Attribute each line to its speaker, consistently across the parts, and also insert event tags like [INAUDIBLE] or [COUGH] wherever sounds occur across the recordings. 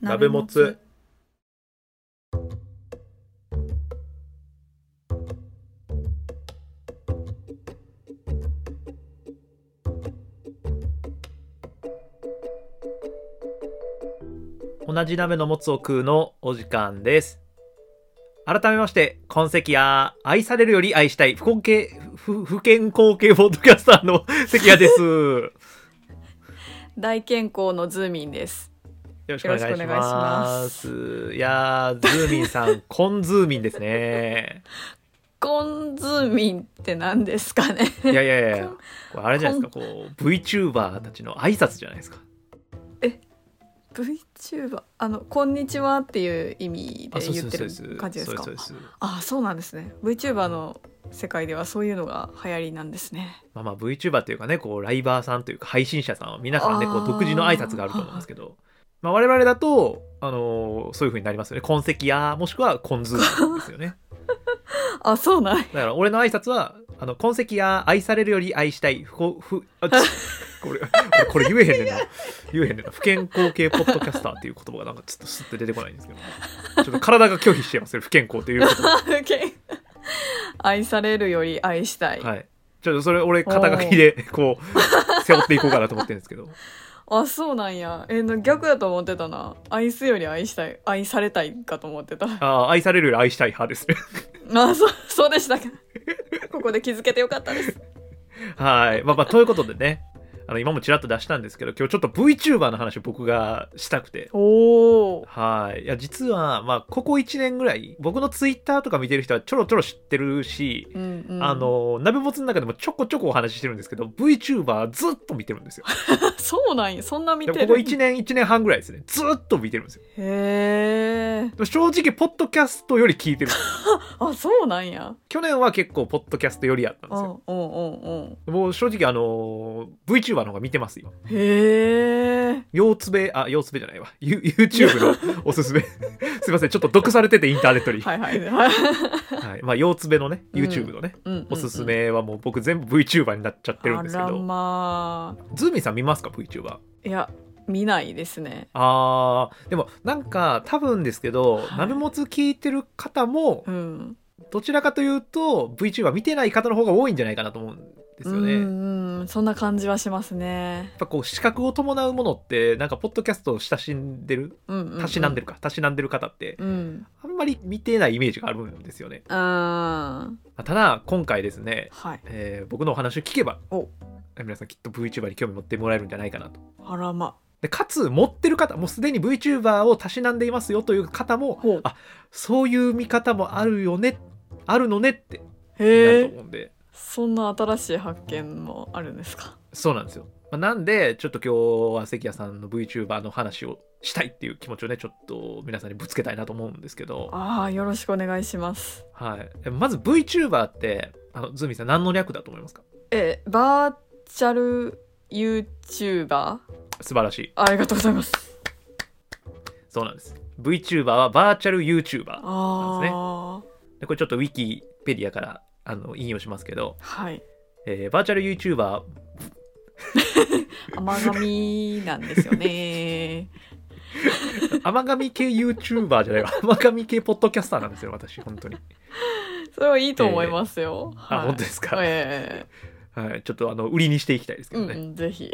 Speaker 1: 鍋もつ同じ鍋のもつを食うのお時間です改めまして今関や愛されるより愛したい不根系不不健康系ポッドキャスターの関谷ですよ
Speaker 2: 大健康のズーミンです
Speaker 1: ろしくお願いし
Speaker 2: よろしくお願いし
Speaker 1: ま
Speaker 2: ます
Speaker 1: いやーズーミンさんコンズーミンで
Speaker 2: [LAUGHS]
Speaker 1: すね
Speaker 2: コンズーミンって何ですかね
Speaker 1: いやいやいやこれあれじゃないですかこう VTuber たちの挨拶じゃないですか
Speaker 2: VTuber あの「こんにちは」っていう意味
Speaker 1: あ
Speaker 2: で
Speaker 1: そう
Speaker 2: 言
Speaker 1: そ
Speaker 2: っ
Speaker 1: う
Speaker 2: て
Speaker 1: そう
Speaker 2: る
Speaker 1: です
Speaker 2: 感じですか
Speaker 1: そうですそうです
Speaker 2: あそうなんですね VTuber の世界ではそういうのが流行りなんですね
Speaker 1: まあまあ VTuber というかねこうライバーさんというか配信者さんは皆さんねこ
Speaker 2: あ
Speaker 1: う
Speaker 2: ー
Speaker 1: 独自の挨拶があると思うんですけど、まあ、我々だと、あのーそういう風になりますよね「痕跡や」もしくは「コンズーム」ですよね
Speaker 2: あそうなん
Speaker 1: だから俺の挨拶は「あの痕跡や愛されるより愛したい不幸不あちこれ俺これ言えへんねんな言えへんねんな不健康系ポッドキャスターっていう言葉がなんかちょっとスッて出てこないんですけどちょっと体が拒否してますよ不健康ということ
Speaker 2: だ OK 愛されるより愛したい、
Speaker 1: はいちょっとそれ俺肩書きでこう背負っていこうかなと思ってるんですけど
Speaker 2: あそうなんやえな逆だと思ってたな愛すより愛したい愛されたいかと思ってた
Speaker 1: あー愛されるより愛したい派ですね
Speaker 2: あそうそうでしたかここで気づけてよかったです
Speaker 1: はい。まあまあ、ということでね、あの今もちらっと出したんですけど、今日ちょっと VTuber の話を僕がしたくて。
Speaker 2: おお
Speaker 1: はい。いや、実は、まあ、ここ1年ぐらい、僕の Twitter とか見てる人はちょろちょろ知ってるし、
Speaker 2: うんうん、
Speaker 1: あの、鍋もつの中でもちょこちょこお話ししてるんですけど、VTuber ずっと見てる
Speaker 2: [LAUGHS]
Speaker 1: んですよ。
Speaker 2: [LAUGHS] そうなんやそんな見
Speaker 1: で
Speaker 2: て
Speaker 1: も
Speaker 2: る
Speaker 1: ここ1年、1年半ぐらいですね。ずっと見てるんですよ。
Speaker 2: へえ
Speaker 1: でも正直、ポッドキャストより
Speaker 2: [LAUGHS]
Speaker 1: 聞いてる。
Speaker 2: あそうなんや
Speaker 1: 去年は結構、ポッドキャストよりやったん
Speaker 2: う
Speaker 1: で
Speaker 2: んう
Speaker 1: すよ。
Speaker 2: んうんうん
Speaker 1: もう正直、あの、VTuber の方が見てます、今。
Speaker 2: へえ
Speaker 1: 腰つべ、あ、腰つべじゃないわ。ユ [LAUGHS] YouTube のおすすめ。 [LAUGHS] すいません、ちょっと毒されてて、インターネットに。は
Speaker 2: はい
Speaker 1: [LAUGHS]
Speaker 2: はいはい
Speaker 1: い。まあ、腰つべのね、
Speaker 2: うん
Speaker 1: YouTube のね、
Speaker 2: うんうんうん
Speaker 1: おすすめはもう僕全部 VTuber になっちゃってるんですけ
Speaker 2: あら
Speaker 1: ど。
Speaker 2: ま
Speaker 1: ズーミンさん見ますか ?VTuber。
Speaker 2: あいや見ないですね
Speaker 1: あー、でもなんか多分ですけど、
Speaker 2: はい
Speaker 1: 鍋もつ聞いてる方も
Speaker 2: う、ん
Speaker 1: どちらかというと VTuber 見てない方の方が多いんじゃないかなと思うんですよ
Speaker 2: う
Speaker 1: ね。やっ
Speaker 2: んうんそんな感じはしますね
Speaker 1: ぱこう資格を伴うものってなんかポッドキャストを親しんでる
Speaker 2: うんうん、うん、
Speaker 1: たしなんでるかたしなんでる方って
Speaker 2: うん
Speaker 1: あんまり見てないイメージがあるんですよね。
Speaker 2: あー
Speaker 1: まあただ今回ですね、
Speaker 2: はい
Speaker 1: えー僕のお話を聞けば
Speaker 2: お
Speaker 1: 皆さんきっと VTuber に興味持ってもらえるんじゃないかなと。
Speaker 2: あらま
Speaker 1: でかつ持ってる方もうすでに VTuber をたしなんでいますよという方も
Speaker 2: ほう
Speaker 1: あそういう見方もあるよねあるのねってな
Speaker 2: へ
Speaker 1: ると
Speaker 2: え
Speaker 1: 思うんで、
Speaker 2: そんな新しい発見もあるんですか
Speaker 1: そうなんですよ。まあなんでちょっと今日は関谷さんの VTuber の話をしたいっていう気持ちをねちょっと皆さんにぶつけたいなと思うんですけど、
Speaker 2: ああよろしくお願いします
Speaker 1: はい、えまず VTuber ってあのズーミンさん何の略だと思いますか
Speaker 2: えバーチャル YouTuber
Speaker 1: 素晴らしい。
Speaker 2: ありがとうございます
Speaker 1: そうなんです。VTuber はバーチャル YouTuber。
Speaker 2: ああ、
Speaker 1: でこれちょっとウィキペディアからあの引用しますけど、
Speaker 2: はい
Speaker 1: えーバーチャル YouTuber、
Speaker 2: 甘神なんですよね
Speaker 1: 甘神系 YouTuber じゃないわ。甘神系ポッドキャスターなんですよ、私、本当に。
Speaker 2: [LAUGHS] それはいいと思いますよ、
Speaker 1: あ、
Speaker 2: はい
Speaker 1: 本当ですか。
Speaker 2: え
Speaker 1: はい、ちょっとあの売りにしていきたいです
Speaker 2: え
Speaker 1: けど
Speaker 2: う
Speaker 1: ね。
Speaker 2: んぜひ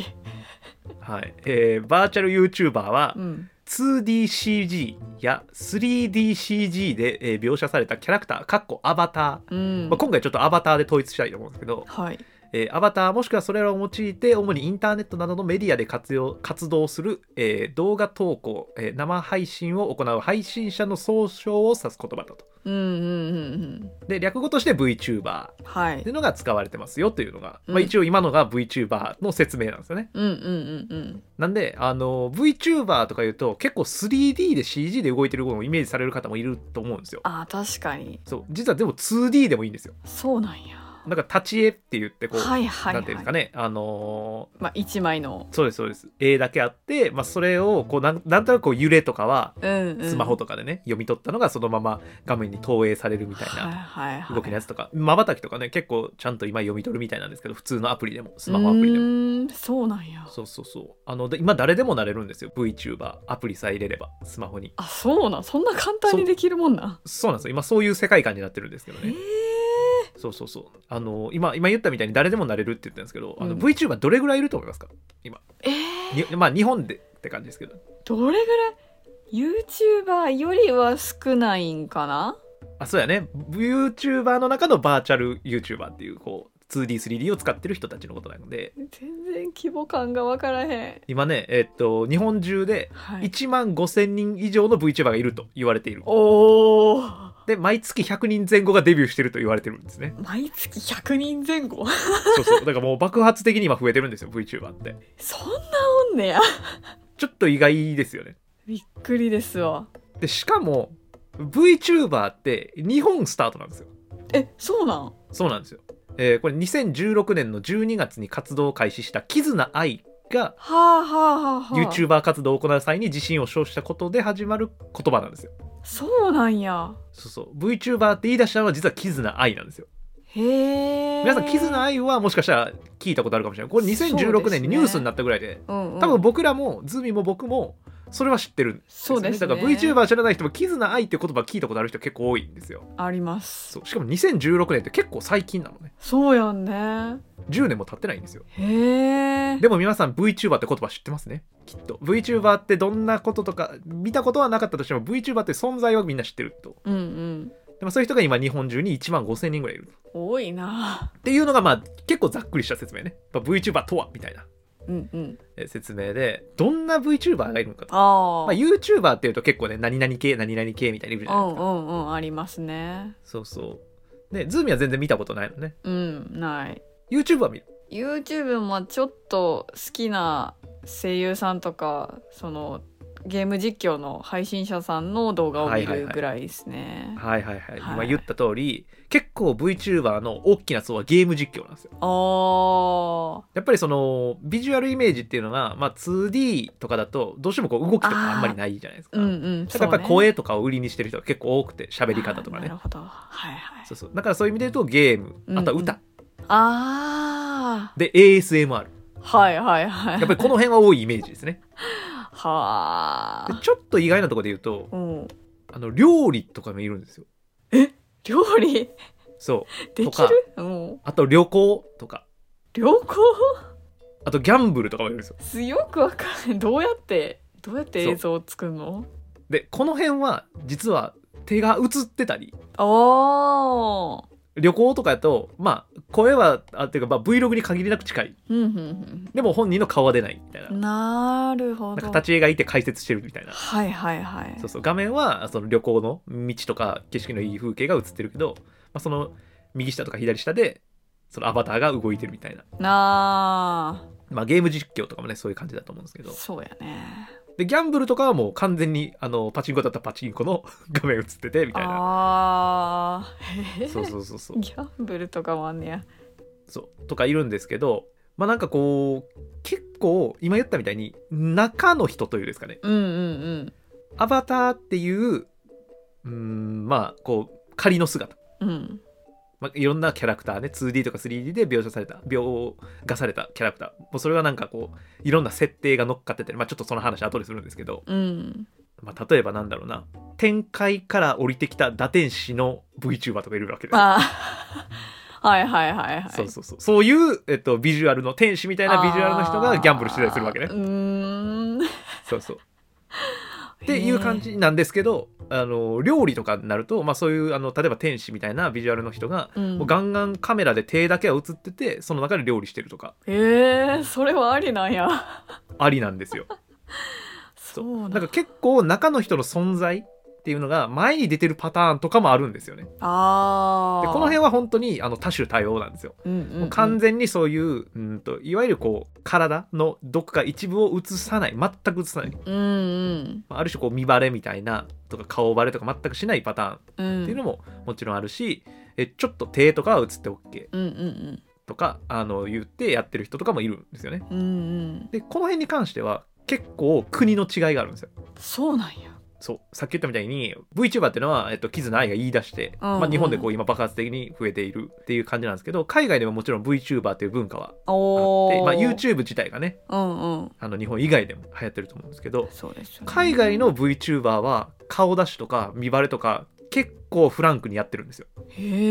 Speaker 1: はいえーバーチャル YouTuber は
Speaker 2: うん
Speaker 1: 2DCG や 3DCG で、えー描写されたキャラクター、かっこアバタ
Speaker 2: う
Speaker 1: ー。
Speaker 2: ん
Speaker 1: まあ、今回ちょっとアバターで統一したいと思うんですけど、
Speaker 2: はい
Speaker 1: えーアバターもしくはそれらを用いて主にインターネットなどのメディアで活用活動する、えー動画投稿、えー生配信を行う配信者の総称を指す言葉だと。
Speaker 2: うんうんうんうん
Speaker 1: で略語として VTuber っ
Speaker 2: は
Speaker 1: てい
Speaker 2: いう
Speaker 1: のが使われてますよというのが、
Speaker 2: う
Speaker 1: まあ、
Speaker 2: ん
Speaker 1: 一応今のが VTuber の説明なんですよね。
Speaker 2: うんうんうんうん
Speaker 1: なんであの VTuber とか言うと結構 3D で CG で動いてるものをイメージされる方もいると思うんですよ。
Speaker 2: あー確かに
Speaker 1: そう実はでも 2D でもいいんですよ。
Speaker 2: そうなんや
Speaker 1: なんか立ち絵って言ってこう、
Speaker 2: はいはい
Speaker 1: なんていうん
Speaker 2: は
Speaker 1: です
Speaker 2: い
Speaker 1: かねあのー
Speaker 2: まあ一枚の
Speaker 1: そうですそうです絵だけあって、まあ、それをこうなんなんとなくこう揺れとかは
Speaker 2: うんうん
Speaker 1: スマホとかでね、読み取ったのがそのまま画面に投影されるみたい
Speaker 2: はい
Speaker 1: な
Speaker 2: はいはい
Speaker 1: 動きのやつとかまばたきとかね結構ちゃんと今読み取るみたいなんですけど普通のアプリでもスマホアプリで
Speaker 2: う
Speaker 1: も。
Speaker 2: ーんそうなんや
Speaker 1: そうそうそうあので今誰でもなれるんですよ VTuber アプリさえ入れればスマホに
Speaker 2: あそうなんそんな簡単にできるもんな
Speaker 1: そうなんですよ今そういう世界観になってるんですけど
Speaker 2: へえ
Speaker 1: ねそうそうそうあの今今言ったみたいに誰でもなれるって言ったんですけど、あ
Speaker 2: う
Speaker 1: の
Speaker 2: ん
Speaker 1: VTuber どれぐらいいると思いますか
Speaker 2: えー
Speaker 1: にまあ日本でって感じですけど
Speaker 2: どれぐらい YouTuber よりは少ないんかな
Speaker 1: あそうやね YouTuber の中のバーチャル YouTuber っていうこう 2D3D を使ってる人たちのことなので
Speaker 2: 全然規模感が分からへん
Speaker 1: 今ねえっと日本中で
Speaker 2: はい
Speaker 1: 1万5000人以上の VTuber がいると言われている
Speaker 2: おお
Speaker 1: で毎月100人前後がデビューしてると言われてるんですね
Speaker 2: 毎月100人前後
Speaker 1: そうそうだからもう爆発的に今増えてるんですよ VTuber って
Speaker 2: [LAUGHS] そんなおんねや
Speaker 1: ちょっと意外ですよね
Speaker 2: びっくりですわ
Speaker 1: でしかも VTuber って日本スタートなんですよ
Speaker 2: えそうなん
Speaker 1: そうなんですよ、えーこれ2016年の12月に活動を開始したキズナアイが
Speaker 2: はあはあはあはあ
Speaker 1: YouTuber 活動を行う際に自信を称したことで始まる言葉なんですよ
Speaker 2: そうなんや
Speaker 1: そうそう VTuber って言い出したのは実はキズナアイなんですよ
Speaker 2: へえ
Speaker 1: 皆さんキズナアイはもしかしたら聞いたことあるかもしれないこれ
Speaker 2: そう
Speaker 1: 2016
Speaker 2: です
Speaker 1: 年
Speaker 2: ね
Speaker 1: にニュースになったぐらいで
Speaker 2: うん、うん、
Speaker 1: 多分僕らもズミも僕もそれは知ってるんですよ
Speaker 2: そうですね
Speaker 1: だから VTuber 知らない人もキズナアイって言葉聞いたことある人結構多いんですよ
Speaker 2: あります
Speaker 1: そうしかも2016年って結構最近なのね
Speaker 2: そうやんね
Speaker 1: 10年も経ってない
Speaker 2: [LAUGHS]
Speaker 1: んですよ
Speaker 2: へえ
Speaker 1: でも皆さん VTuber って言葉知ってますねきっと VTuber ってどんなこととか見たことはなかったとしても VTuber って存在はみんな知ってると
Speaker 2: うんうん
Speaker 1: でもそういう人が今日本中に1万5000人ぐらいいる
Speaker 2: 多いな
Speaker 1: っていうのがまあ結構ざっくりした説明ねやっぱ VTuber とはみたいな
Speaker 2: うんうん
Speaker 1: え説明でどんな VTuber がいるのかと
Speaker 2: ああ、
Speaker 1: まあ、YouTuber っていうと結構ね何々系何々系みたいにいるじゃないです
Speaker 2: う
Speaker 1: か、
Speaker 2: んうんうんありますね
Speaker 1: そうそうでズーミは全然見たことないのね
Speaker 2: うんない
Speaker 1: YouTube は見る
Speaker 2: YouTube もちょっと好きな声優さんとかそのゲーム実況の配信者さんの動画を見
Speaker 1: はいはい
Speaker 2: る
Speaker 1: はい
Speaker 2: ぐらいですね。
Speaker 1: はいはいはい、
Speaker 2: はい
Speaker 1: 今言った通り結構 VTuber の大きな層はゲーム実況なんですよ
Speaker 2: あー
Speaker 1: やっぱりそのビジュアルイメージっていうのが、まあ、2D とかだとどうしてもこう動きとかあんまりないじゃないですか、
Speaker 2: うん
Speaker 1: だ
Speaker 2: うん。
Speaker 1: からやっぱり
Speaker 2: そうね
Speaker 1: 声とかを売りにしてる人が結構多くて喋り方とか
Speaker 2: あーな
Speaker 1: ね
Speaker 2: るほど。はいはい。
Speaker 1: そうそうだからそういう意味で言うとゲームあとは歌、
Speaker 2: うんあ
Speaker 1: で ASMR
Speaker 2: ーはいはいはい。
Speaker 1: やっぱりこの辺は多いイメージです
Speaker 2: [LAUGHS]
Speaker 1: ね
Speaker 2: は
Speaker 1: で
Speaker 2: あ。
Speaker 1: ちょっと意外なところで言うと
Speaker 2: うん。
Speaker 1: あの料理とかもいるんですよ
Speaker 2: 料理
Speaker 1: そう
Speaker 2: で
Speaker 1: と
Speaker 2: き
Speaker 1: か
Speaker 2: るうん。
Speaker 1: あと旅行とか
Speaker 2: 良好
Speaker 1: あとギャンブルとかもいるんですよ
Speaker 2: 強くわからん。どうやってどうやって映像を作るの
Speaker 1: でこの辺は実は手が映ってたり
Speaker 2: ああ。
Speaker 1: 旅行とかやとまあ声はあっていうか、まあ、Vlog に限りなく近い
Speaker 2: うんうんうん。
Speaker 1: でも本人の顔は出ないみたいななん
Speaker 2: なるほ
Speaker 1: か
Speaker 2: ど。
Speaker 1: 立ち絵がいて解説してるみたいな
Speaker 2: はいはいはい。
Speaker 1: そうそう画面はその旅行の道とか景色のいい風景が映ってるけど、まあ、その右下とか左下でそのアバターが動いてるみたいな、
Speaker 2: な
Speaker 1: まあ、ゲーム実況とかもねそういう感じだと思うんですけ
Speaker 2: あ、
Speaker 1: ど
Speaker 2: そうやね。
Speaker 1: でギャンブルとかはもう完全にあのパチンコだったらパチンコの [LAUGHS] 画面映っててみたいな
Speaker 2: ああ、へえ
Speaker 1: そうそうそうそ
Speaker 2: [LAUGHS]
Speaker 1: う
Speaker 2: ギャンブルとかもあんねや。
Speaker 1: そうとかいるんですけどまあなんかこう結構今言ったみたいに中の人というですかね
Speaker 2: うんうん
Speaker 1: アバターっていううーんまあこう仮の姿、
Speaker 2: うん。うん。
Speaker 1: まあ、いろんなキャラクターね 2D とか 3D で描写された描画されたキャラクターもうそれはなんかこういろんな設定が乗っかってて、まあ、ちょっとその話後でするんですけど、
Speaker 2: うん。
Speaker 1: まあ、例えばなんだろうな天界から降りてきた堕天使の VTuber とかいるわけですよ
Speaker 2: あ [LAUGHS] あ、はいはいはいはい。
Speaker 1: そうそうそうそういう、えっと、ビジュアルの天使みたいなビジュアルの人がギャンブルしてたりするわけね
Speaker 2: あーうーん。っ
Speaker 1: そうそうっていう感。じなんですけどあの料理とかになると、まあ、そういうあの例えば天使みたいなビジュアルの人が、
Speaker 2: うん
Speaker 1: もうガンガンカメラで手だけは映っててその中で料理してるとか
Speaker 2: えー、それはありなんや。
Speaker 1: ありなんですよ。
Speaker 2: そう
Speaker 1: な
Speaker 2: なんん
Speaker 1: か結構中の人の存在っていうのが前に出てるパターンとかもあるんですよね。で
Speaker 2: あ
Speaker 1: こ
Speaker 2: あ。
Speaker 1: の辺は本当にあの多種多様なんですよ。
Speaker 2: うんうんうん、
Speaker 1: もう完全にそういううんといわゆるこう体のどこか一部を映さない全く映さない
Speaker 2: うんうん
Speaker 1: まあある種こう見バレみたいなとか顔バレとか全くしないパターン
Speaker 2: うん。
Speaker 1: っていうのももちろんあるし、えちょっと手とかは映って OK
Speaker 2: うんうん
Speaker 1: とかあの言ってやってる人とかもいるんですよね
Speaker 2: うんうん
Speaker 1: でこの辺に関しては結構国の違いがあるんですよ
Speaker 2: そうなんや
Speaker 1: そうさっき言ったみたいに VTuber っていうのは、えっと、キズナアイが言い出して、
Speaker 2: うんうん
Speaker 1: まあ、日本でこう今爆発的に増えているっていう感じなんですけど海外でももちろん VTuber っていう文化はあっ
Speaker 2: お
Speaker 1: て、
Speaker 2: お、
Speaker 1: まあ、YouTube 自体がね
Speaker 2: うんうん
Speaker 1: あの日本以外でも流行ってると思うんですけど
Speaker 2: そうですよね
Speaker 1: 海外の VTuber は顔出しとか見バレとか結構フランクにやってるんですよ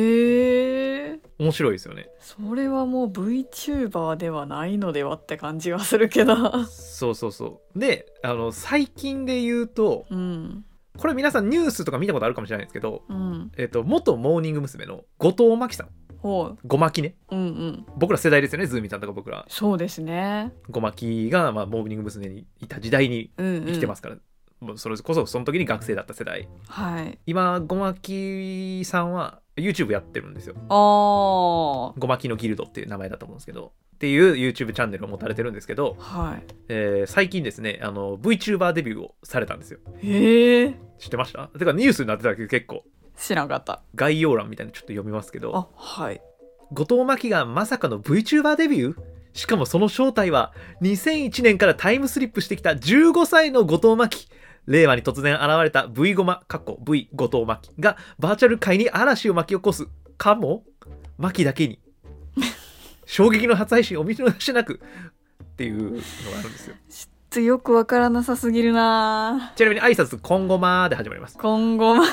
Speaker 2: へえ
Speaker 1: 面白いですよね
Speaker 2: それはもう VTuber ではないのではって感じはするけど [LAUGHS]
Speaker 1: そうそうそうであの最近で言うと
Speaker 2: うん
Speaker 1: これ皆さんニュースとか見たことあるかもしれないんですけど、
Speaker 2: うん
Speaker 1: えっと元モーニング娘。の後藤真希さん
Speaker 2: ほ
Speaker 1: ごまきね
Speaker 2: ううんうん
Speaker 1: 僕ら世代ですよねズーミーさんとか僕ら
Speaker 2: そうですね
Speaker 1: ごまきが、まあ、モーニング娘。にいた時代に
Speaker 2: うん、うん、
Speaker 1: 生きてますから、もうそれこそその時に学生だった世代
Speaker 2: はい
Speaker 1: 今ごまきさんは YouTube やってるんですよ
Speaker 2: ああ
Speaker 1: ごまきのギルドっていう名前だと思うんですけどっていう YouTube チャンネルを持たれてるんですけど、
Speaker 2: は
Speaker 1: えー最近ですねあの VTuber デビューをされたんですよ
Speaker 2: いへえ
Speaker 1: 知ってましたてかニュースになってたけど結構
Speaker 2: 知らなかった
Speaker 1: 概要欄みたいにちょっと読みますけど
Speaker 2: あはい
Speaker 1: 後藤真希がまさかの VTuber デビューしかもその正体は2001年からタイムスリップしてきた15歳の後藤真希令和に突然現れた V ゴマかっこ V 後藤真希がバーチャル界に嵐を巻き起こすかも真希だけに衝撃の初配信お見逃しなくっていうのがあるんですよ
Speaker 2: ちょっとよくわからなさすぎるな
Speaker 1: ちなみに挨拶今後まーで始まります
Speaker 2: 今後は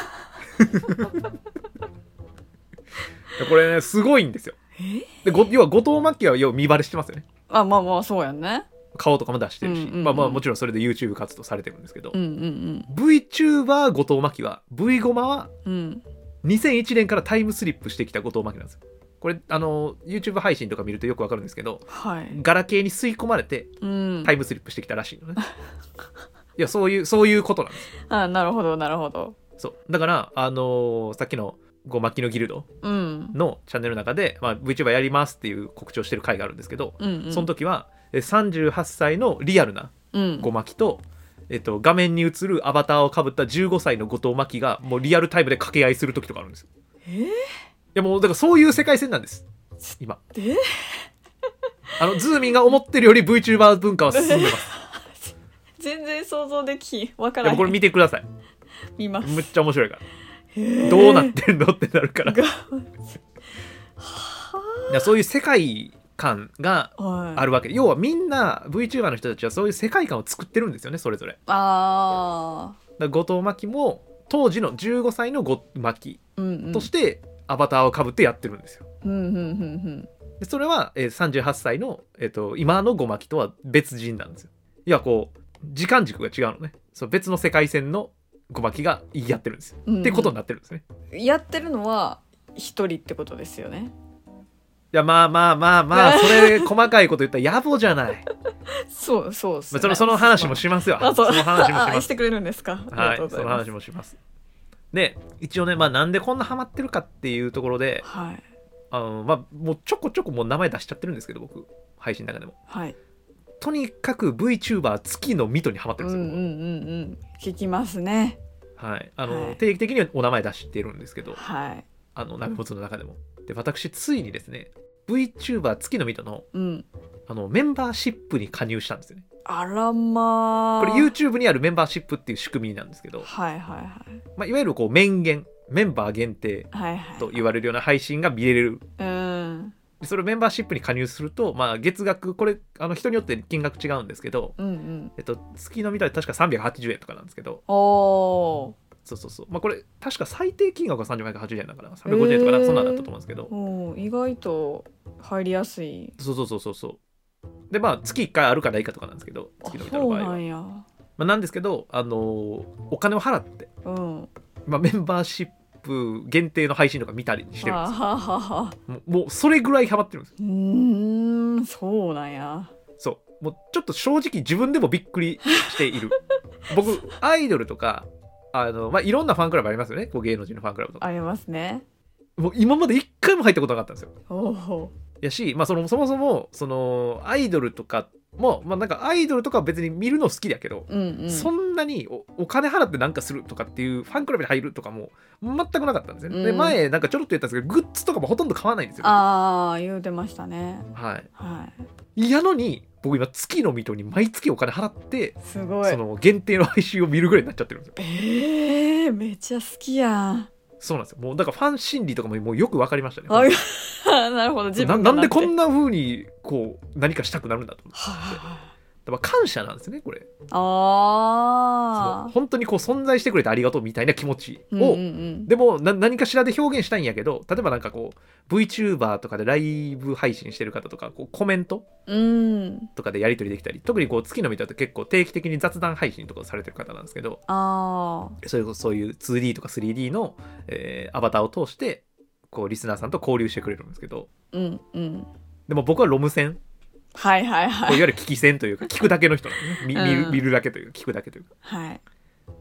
Speaker 1: これねすごいんですよでご要は後藤真希は要は見バレしてますよね
Speaker 2: あまあまあそうやんね
Speaker 1: 顔とかも出してるし、
Speaker 2: うんうんうん
Speaker 1: まあまあもちろんそれで YouTube 活動されてるんですけど、
Speaker 2: うんうん
Speaker 1: VTuber 後藤真希は V ゴマは
Speaker 2: うんうん
Speaker 1: 2001年からタイムスリップしてきた後藤真希なんですよこれあの YouTube 配信とか見るとよくわかるんですけど
Speaker 2: はい
Speaker 1: ガラケーに吸い込まれて
Speaker 2: うん
Speaker 1: タイムスリップしてきたらしいのね [LAUGHS] いやそういうそういうことなんです
Speaker 2: あなるほどなるほど
Speaker 1: そうだからあのーさっきのゴマキのギルド
Speaker 2: うん
Speaker 1: のチャンネルの中で、まあ、VTuber やりますっていう告知をしてる回があるんですけど、
Speaker 2: うんうん
Speaker 1: その時はえ38歳のリアルな
Speaker 2: うん
Speaker 1: ゴマキと、えっと、画面に映るアバターをかぶった15歳の後藤真希がもうリアルタイムで掛け合いする時とかあるんですよ。
Speaker 2: えー
Speaker 1: いやもうだからそういう世界線なんです今
Speaker 2: え
Speaker 1: [LAUGHS] あのズーミンが思ってるより VTuber 文化は進んでます
Speaker 2: [LAUGHS] 全然想像できひんわか
Speaker 1: で
Speaker 2: ら
Speaker 1: も
Speaker 2: ん
Speaker 1: これ見てください
Speaker 2: 見ます
Speaker 1: むっちゃ面白いからどうなってんのってなるからい
Speaker 2: が
Speaker 1: やそういう世界観が
Speaker 2: はい
Speaker 1: あるわけ要はみんな VTuber の人たちはそういう世界観を作ってるんですよねそれぞれ
Speaker 2: あ
Speaker 1: だから後藤真希も当時の15歳の後藤真希
Speaker 2: ーうんうん
Speaker 1: としてアバターをかぶってやってるんですよ。
Speaker 2: うんうんうん
Speaker 1: でそれは、えー38歳の、えー、と今の後真希とは別人なんですよ。いやこう時間軸が違うのねそう別の世界線の後真希がやってるんですよ。
Speaker 2: うんうん
Speaker 1: ってことになってるんですね。
Speaker 2: やってるのは一人ってことですよね
Speaker 1: いやまあまあまあま
Speaker 2: [LAUGHS]
Speaker 1: あそれ細かいこと言ったら野暮じゃない。
Speaker 2: そうそうっす
Speaker 1: まあ、
Speaker 2: ね
Speaker 1: そのその話もしますよ。
Speaker 2: あ
Speaker 1: そ
Speaker 2: そう
Speaker 1: の話
Speaker 2: [LAUGHS]
Speaker 1: もし
Speaker 2: あ
Speaker 1: ます
Speaker 2: し。てくれるんですかあり
Speaker 1: は
Speaker 2: が
Speaker 1: い
Speaker 2: とうご
Speaker 1: そ
Speaker 2: ざい
Speaker 1: の
Speaker 2: ます
Speaker 1: 話もします。で一応ね、まあ、なんでこんなハマってるかっていうところで
Speaker 2: はい
Speaker 1: あのまあもうちょこちょこもう名前出しちゃってるんですけど僕配信の中でも
Speaker 2: はい
Speaker 1: とにかく VTuber 月のミトにハマって
Speaker 2: う
Speaker 1: る
Speaker 2: ん
Speaker 1: ん
Speaker 2: う
Speaker 1: です
Speaker 2: ん
Speaker 1: よ、
Speaker 2: うんうん聞きますね
Speaker 1: はいあの、
Speaker 2: はい
Speaker 1: 定期的にお名前出してるんですけど
Speaker 2: はい
Speaker 1: あのナメモツの中でもで私ついにですね VTuber 月のミトの
Speaker 2: うん
Speaker 1: あのメンバーシップに加入したんですよね
Speaker 2: あらまあ
Speaker 1: これ YouTube にあるメンバーシップっていう仕組みなんですけど、
Speaker 2: はいはいはい
Speaker 1: まあ、いわゆるこう面限メンバー限定
Speaker 2: はいはい
Speaker 1: と言われるような配信が見れる
Speaker 2: うん
Speaker 1: でそれをメンバーシップに加入すると、まあ、月額これあの人によって金額違うんですけど、
Speaker 2: うんうん
Speaker 1: えっと、月の見た目確か380円とかなんですけど、
Speaker 2: おー
Speaker 1: そうそうそう、まあ、これ、確か最低金額が35円か80円だから、350円とかなん
Speaker 2: へー
Speaker 1: かそんなんだったと思うんですけど、
Speaker 2: うん意外と入りやすい
Speaker 1: そうそうそうそうそう。で、まあ、月1回あるかないかとかなんですけど、月の見た目の
Speaker 2: そう
Speaker 1: 場合
Speaker 2: な
Speaker 1: は。
Speaker 2: んや
Speaker 1: まあ、なんですけど、あのーお金を払って、
Speaker 2: うん
Speaker 1: まあ、メンバーシップ限定の配信とか見たりしてるん
Speaker 2: あ
Speaker 1: です
Speaker 2: ははは
Speaker 1: もうもうそれぐらいハマってるんです
Speaker 2: うーんそうなんや
Speaker 1: そうもうちょっと正直自分でもびっくりし
Speaker 2: [LAUGHS]
Speaker 1: ている僕アイドルとかあの、まあ、いろんなファンクラブありますよねこう芸能人のファンクラブとか
Speaker 2: ありますね
Speaker 1: もう今まで一回も入ったことなかったんですよ
Speaker 2: おお
Speaker 1: やし、まあ、そのそもそもそのアイドルとかも、まあ、なんかアイドルとかは別に見るの好きだけど、
Speaker 2: うんうん
Speaker 1: そんなにおお金払ってなんかするとかっていうファンクラブに入るとかも全くなかったんですよね。で
Speaker 2: うん
Speaker 1: 前なんかちょろっと言ったんですけどグッズとかもほとんど買わないんですよ。は、
Speaker 2: ああ言うてましたねはい
Speaker 1: やのに僕今月の水戸に毎月お金払って
Speaker 2: いすごい
Speaker 1: その限定の配信を見るぐらいになっちゃってるんですよ。
Speaker 2: ええめっちゃ好きやん
Speaker 1: そうなんですよ。もうだからファン心理とかももうよく分かりましたね。
Speaker 2: あ [LAUGHS] なるほど自
Speaker 1: な
Speaker 2: 分が
Speaker 1: なん
Speaker 2: って
Speaker 1: でこんな風にこう何かしたくなるんだと思って
Speaker 2: は
Speaker 1: だから感謝なんですねこれ
Speaker 2: ああ
Speaker 1: その
Speaker 2: あ
Speaker 1: 本当にこう存在してくれてありがとうみたいな気持ち
Speaker 2: う
Speaker 1: を、
Speaker 2: んうん
Speaker 1: でもな何かしらで表現したいんやけど例えばなんかこう VTuber とかでライブ配信してる方とかこうコメント
Speaker 2: うんうん
Speaker 1: とかでやり取りできたり特にこう月の見たって結構定期的に雑談配信とかをされてる方なんですけど
Speaker 2: ああ
Speaker 1: それこそそういう 2D とか 3D の、えーアバターを通してこうリスナーさんと交流してくれるんですけど
Speaker 2: うんうん
Speaker 1: でも僕はロム線
Speaker 2: はいはい
Speaker 1: こうい
Speaker 2: は
Speaker 1: わ
Speaker 2: い
Speaker 1: ゆる聞き線というか聞くだけの人なんですねみ見る
Speaker 2: うん
Speaker 1: 見るだけというか聞くだけというか
Speaker 2: はい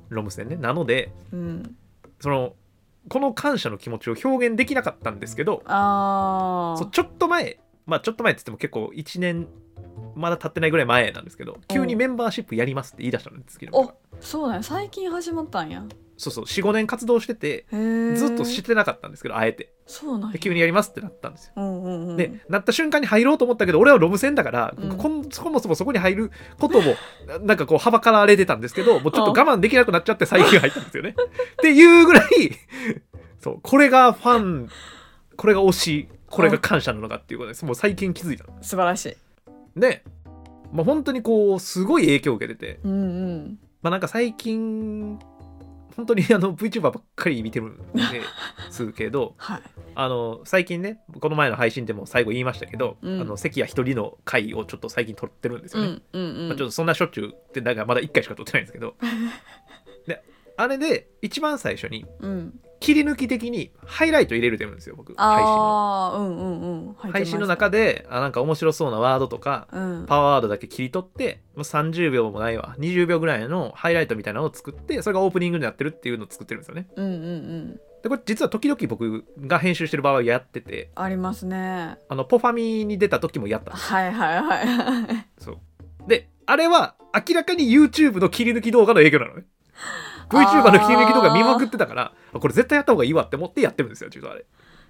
Speaker 1: ロム線ねなので
Speaker 2: うん
Speaker 1: そのこの感謝の気持ちを表現できなかったんですけど
Speaker 2: あ
Speaker 1: そう
Speaker 2: あ
Speaker 1: ちょっと前まあちょっと前って言っても結構1年まだ経ってないぐらい前なんですけど急にメンバーシップやりますって言い出したんですけ
Speaker 2: お
Speaker 1: ど
Speaker 2: そうだよ最近始まったんや
Speaker 1: そうそう45年活動してて
Speaker 2: へえ
Speaker 1: ずっとしてなかったんですけどあえて
Speaker 2: そうなんや
Speaker 1: で急にやりますってなったんですよ
Speaker 2: うんうんうん
Speaker 1: でなった瞬間に入ろうと思ったけど俺はロム線だから、
Speaker 2: うん
Speaker 1: こんそもそもそこに入ることもななんかこうはばかられてたんですけどもうちょっと我慢できなくなっちゃって最近入ったん
Speaker 2: [LAUGHS]
Speaker 1: ですよね。っていうぐらいそうこれがファンこれが推しこれが感謝なのかっていうことですもう最近気づいたの
Speaker 2: 素晴らしい
Speaker 1: で、まあ、本当にこうすごい影響を受けてて、
Speaker 2: うんうん
Speaker 1: まあ、なんか最近本当にあの VTuber ばっかり見てるん
Speaker 2: [LAUGHS]
Speaker 1: ですけど
Speaker 2: はい
Speaker 1: あの最近ねこの前の配信でも最後言いましたけど、
Speaker 2: うん
Speaker 1: あの関谷一人の回をちょっと最近撮ってるんです
Speaker 2: う
Speaker 1: よね、
Speaker 2: んうんうん
Speaker 1: まあ、ちょっとそんなしょっちゅうってだからまだ1回しか撮ってないんですけどであれで一番最初に
Speaker 2: うん
Speaker 1: 切り抜き的にハイライト入れるてるんですよ僕配信の
Speaker 2: ああうんうんうん入ってました
Speaker 1: 配信の中であなんか面白そうなワードとか
Speaker 2: うん
Speaker 1: パワーワードだけ切り取ってもう30秒もないわ20秒ぐらいのハイライトみたいなのを作ってそれがオープニングになってるっていうのを作ってるんですよね
Speaker 2: うんうんうん
Speaker 1: でこれ実は時々僕が編集してる場合やってて
Speaker 2: あります [LAUGHS] ね
Speaker 1: あのポファミに出た時もやったんです
Speaker 2: はいはいはいはい [LAUGHS]
Speaker 1: そう。で、あれは明らかに YouTube の切り抜き動画の影響な
Speaker 2: [LAUGHS]
Speaker 1: のね。VTuber の切り抜き動画見まくってたから、あこれ絶対やった方がいいわって思ってやってるんですよ、ちょっとあれ。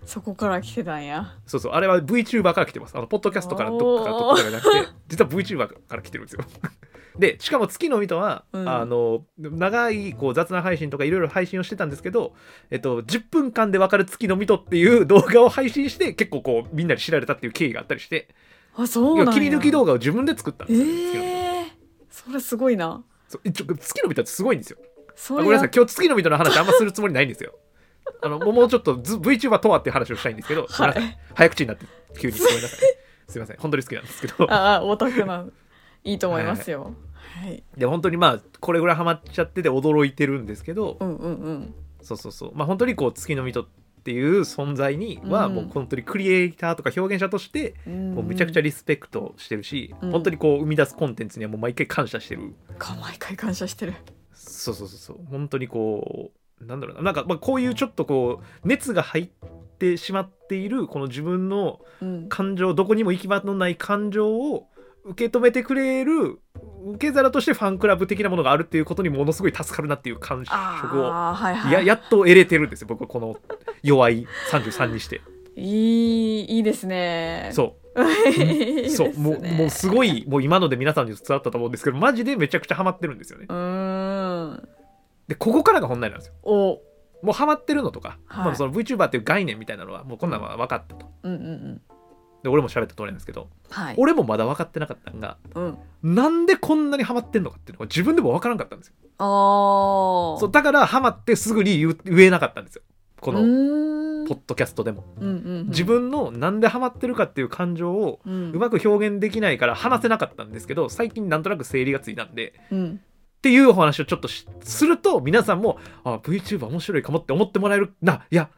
Speaker 2: そこから来てたんや
Speaker 1: そうそう、あれは VTuber から来てます。あの、ポッドキャストからどっかから撮ったとかじゃなくて、 [LAUGHS] 実は VTuber から来てるんですよ。 [LAUGHS] で、しかも月の人は、
Speaker 2: うん
Speaker 1: あの、長いこう雑談配信とかいろいろ配信をしてたんですけど、えっと、10分間でわかる月の人っていう動画を配信して、結構こう、みんなに知られたっていう経緯があったりして、
Speaker 2: あそうなんや
Speaker 1: 切り抜き動画を自分で作ったんですよ、月の人
Speaker 2: ええそれすごいな
Speaker 1: そうえちょ月の人ってすごいんですよ。
Speaker 2: そ
Speaker 1: あ
Speaker 2: れ
Speaker 1: ごめんなさい
Speaker 2: や
Speaker 1: 今日月の人の話あんまするつもりないんですよあのもうもうちょっとず VTuber とはっていう話をしたいんですけど、ごめんなさ
Speaker 2: はい
Speaker 1: 早口になって急にごめんなさい [LAUGHS] すいません本当に好きなんですけど
Speaker 2: ああオタクないいと思いますよはい
Speaker 1: で本当にまあこれぐらいハマっちゃってて驚いてるんですけど、
Speaker 2: うんうんうん
Speaker 1: そうそうそうまあ本当にこう月の人っていう存在には
Speaker 2: うん
Speaker 1: もう本当にクリエイターとか表現者として
Speaker 2: も
Speaker 1: もうめちゃくちゃ
Speaker 2: リ
Speaker 1: リスペクトしてるし、
Speaker 2: うん
Speaker 1: 本当にこう生み出すコンテンツにはもう毎回感謝してる
Speaker 2: 毎回感謝してる
Speaker 1: そうそうそうそう本当にこうなんだろうななんか、まあ、こういうちょっとこう熱が入ってしまっているこの自分の
Speaker 2: うん
Speaker 1: 感情どこにも行き場のない感情を受け止めてくれる受け皿としてファンクラブ的なものがあるっていうことにものすごい助かるなっていう感触を
Speaker 2: ああはいはい
Speaker 1: や [LAUGHS] やっと得れてるんですよ僕はこの弱い33に [LAUGHS] して
Speaker 2: いいいいですね
Speaker 1: そ
Speaker 2: [LAUGHS]
Speaker 1: ううそうもうもうすごいもう今ので皆さんに伝わったと思うんですけどマジでめちゃくちゃハマってるんですよね
Speaker 2: うーん
Speaker 1: でここからが本題なんですよ
Speaker 2: お
Speaker 1: もうハマってるのとか、
Speaker 2: はい
Speaker 1: まあ、その VTuber っていう概念みたいなのはもうこんなんは分かったと、
Speaker 2: うんうんうん
Speaker 1: で俺も喋った通りなんですけど、
Speaker 2: はい
Speaker 1: 俺もまだ分かってなかったんが
Speaker 2: うん
Speaker 1: なんでこんなにハマってんのかっていうのが自分でも分からんかったんですよ
Speaker 2: ああ
Speaker 1: そうだからハマってすぐに言う言えなかったんですよこ
Speaker 2: うー
Speaker 1: の
Speaker 2: ん
Speaker 1: ポッドキャストでも、
Speaker 2: うんうんうん
Speaker 1: 自分のなんでハマってるかっていう感情を
Speaker 2: うん
Speaker 1: うまく表現できないから話せなかったんですけど最近なんとなく整理がついたんで
Speaker 2: うん
Speaker 1: っていうお話をちょっとしすると皆さんもあ VTuber 面白いかもって思ってもらえるないや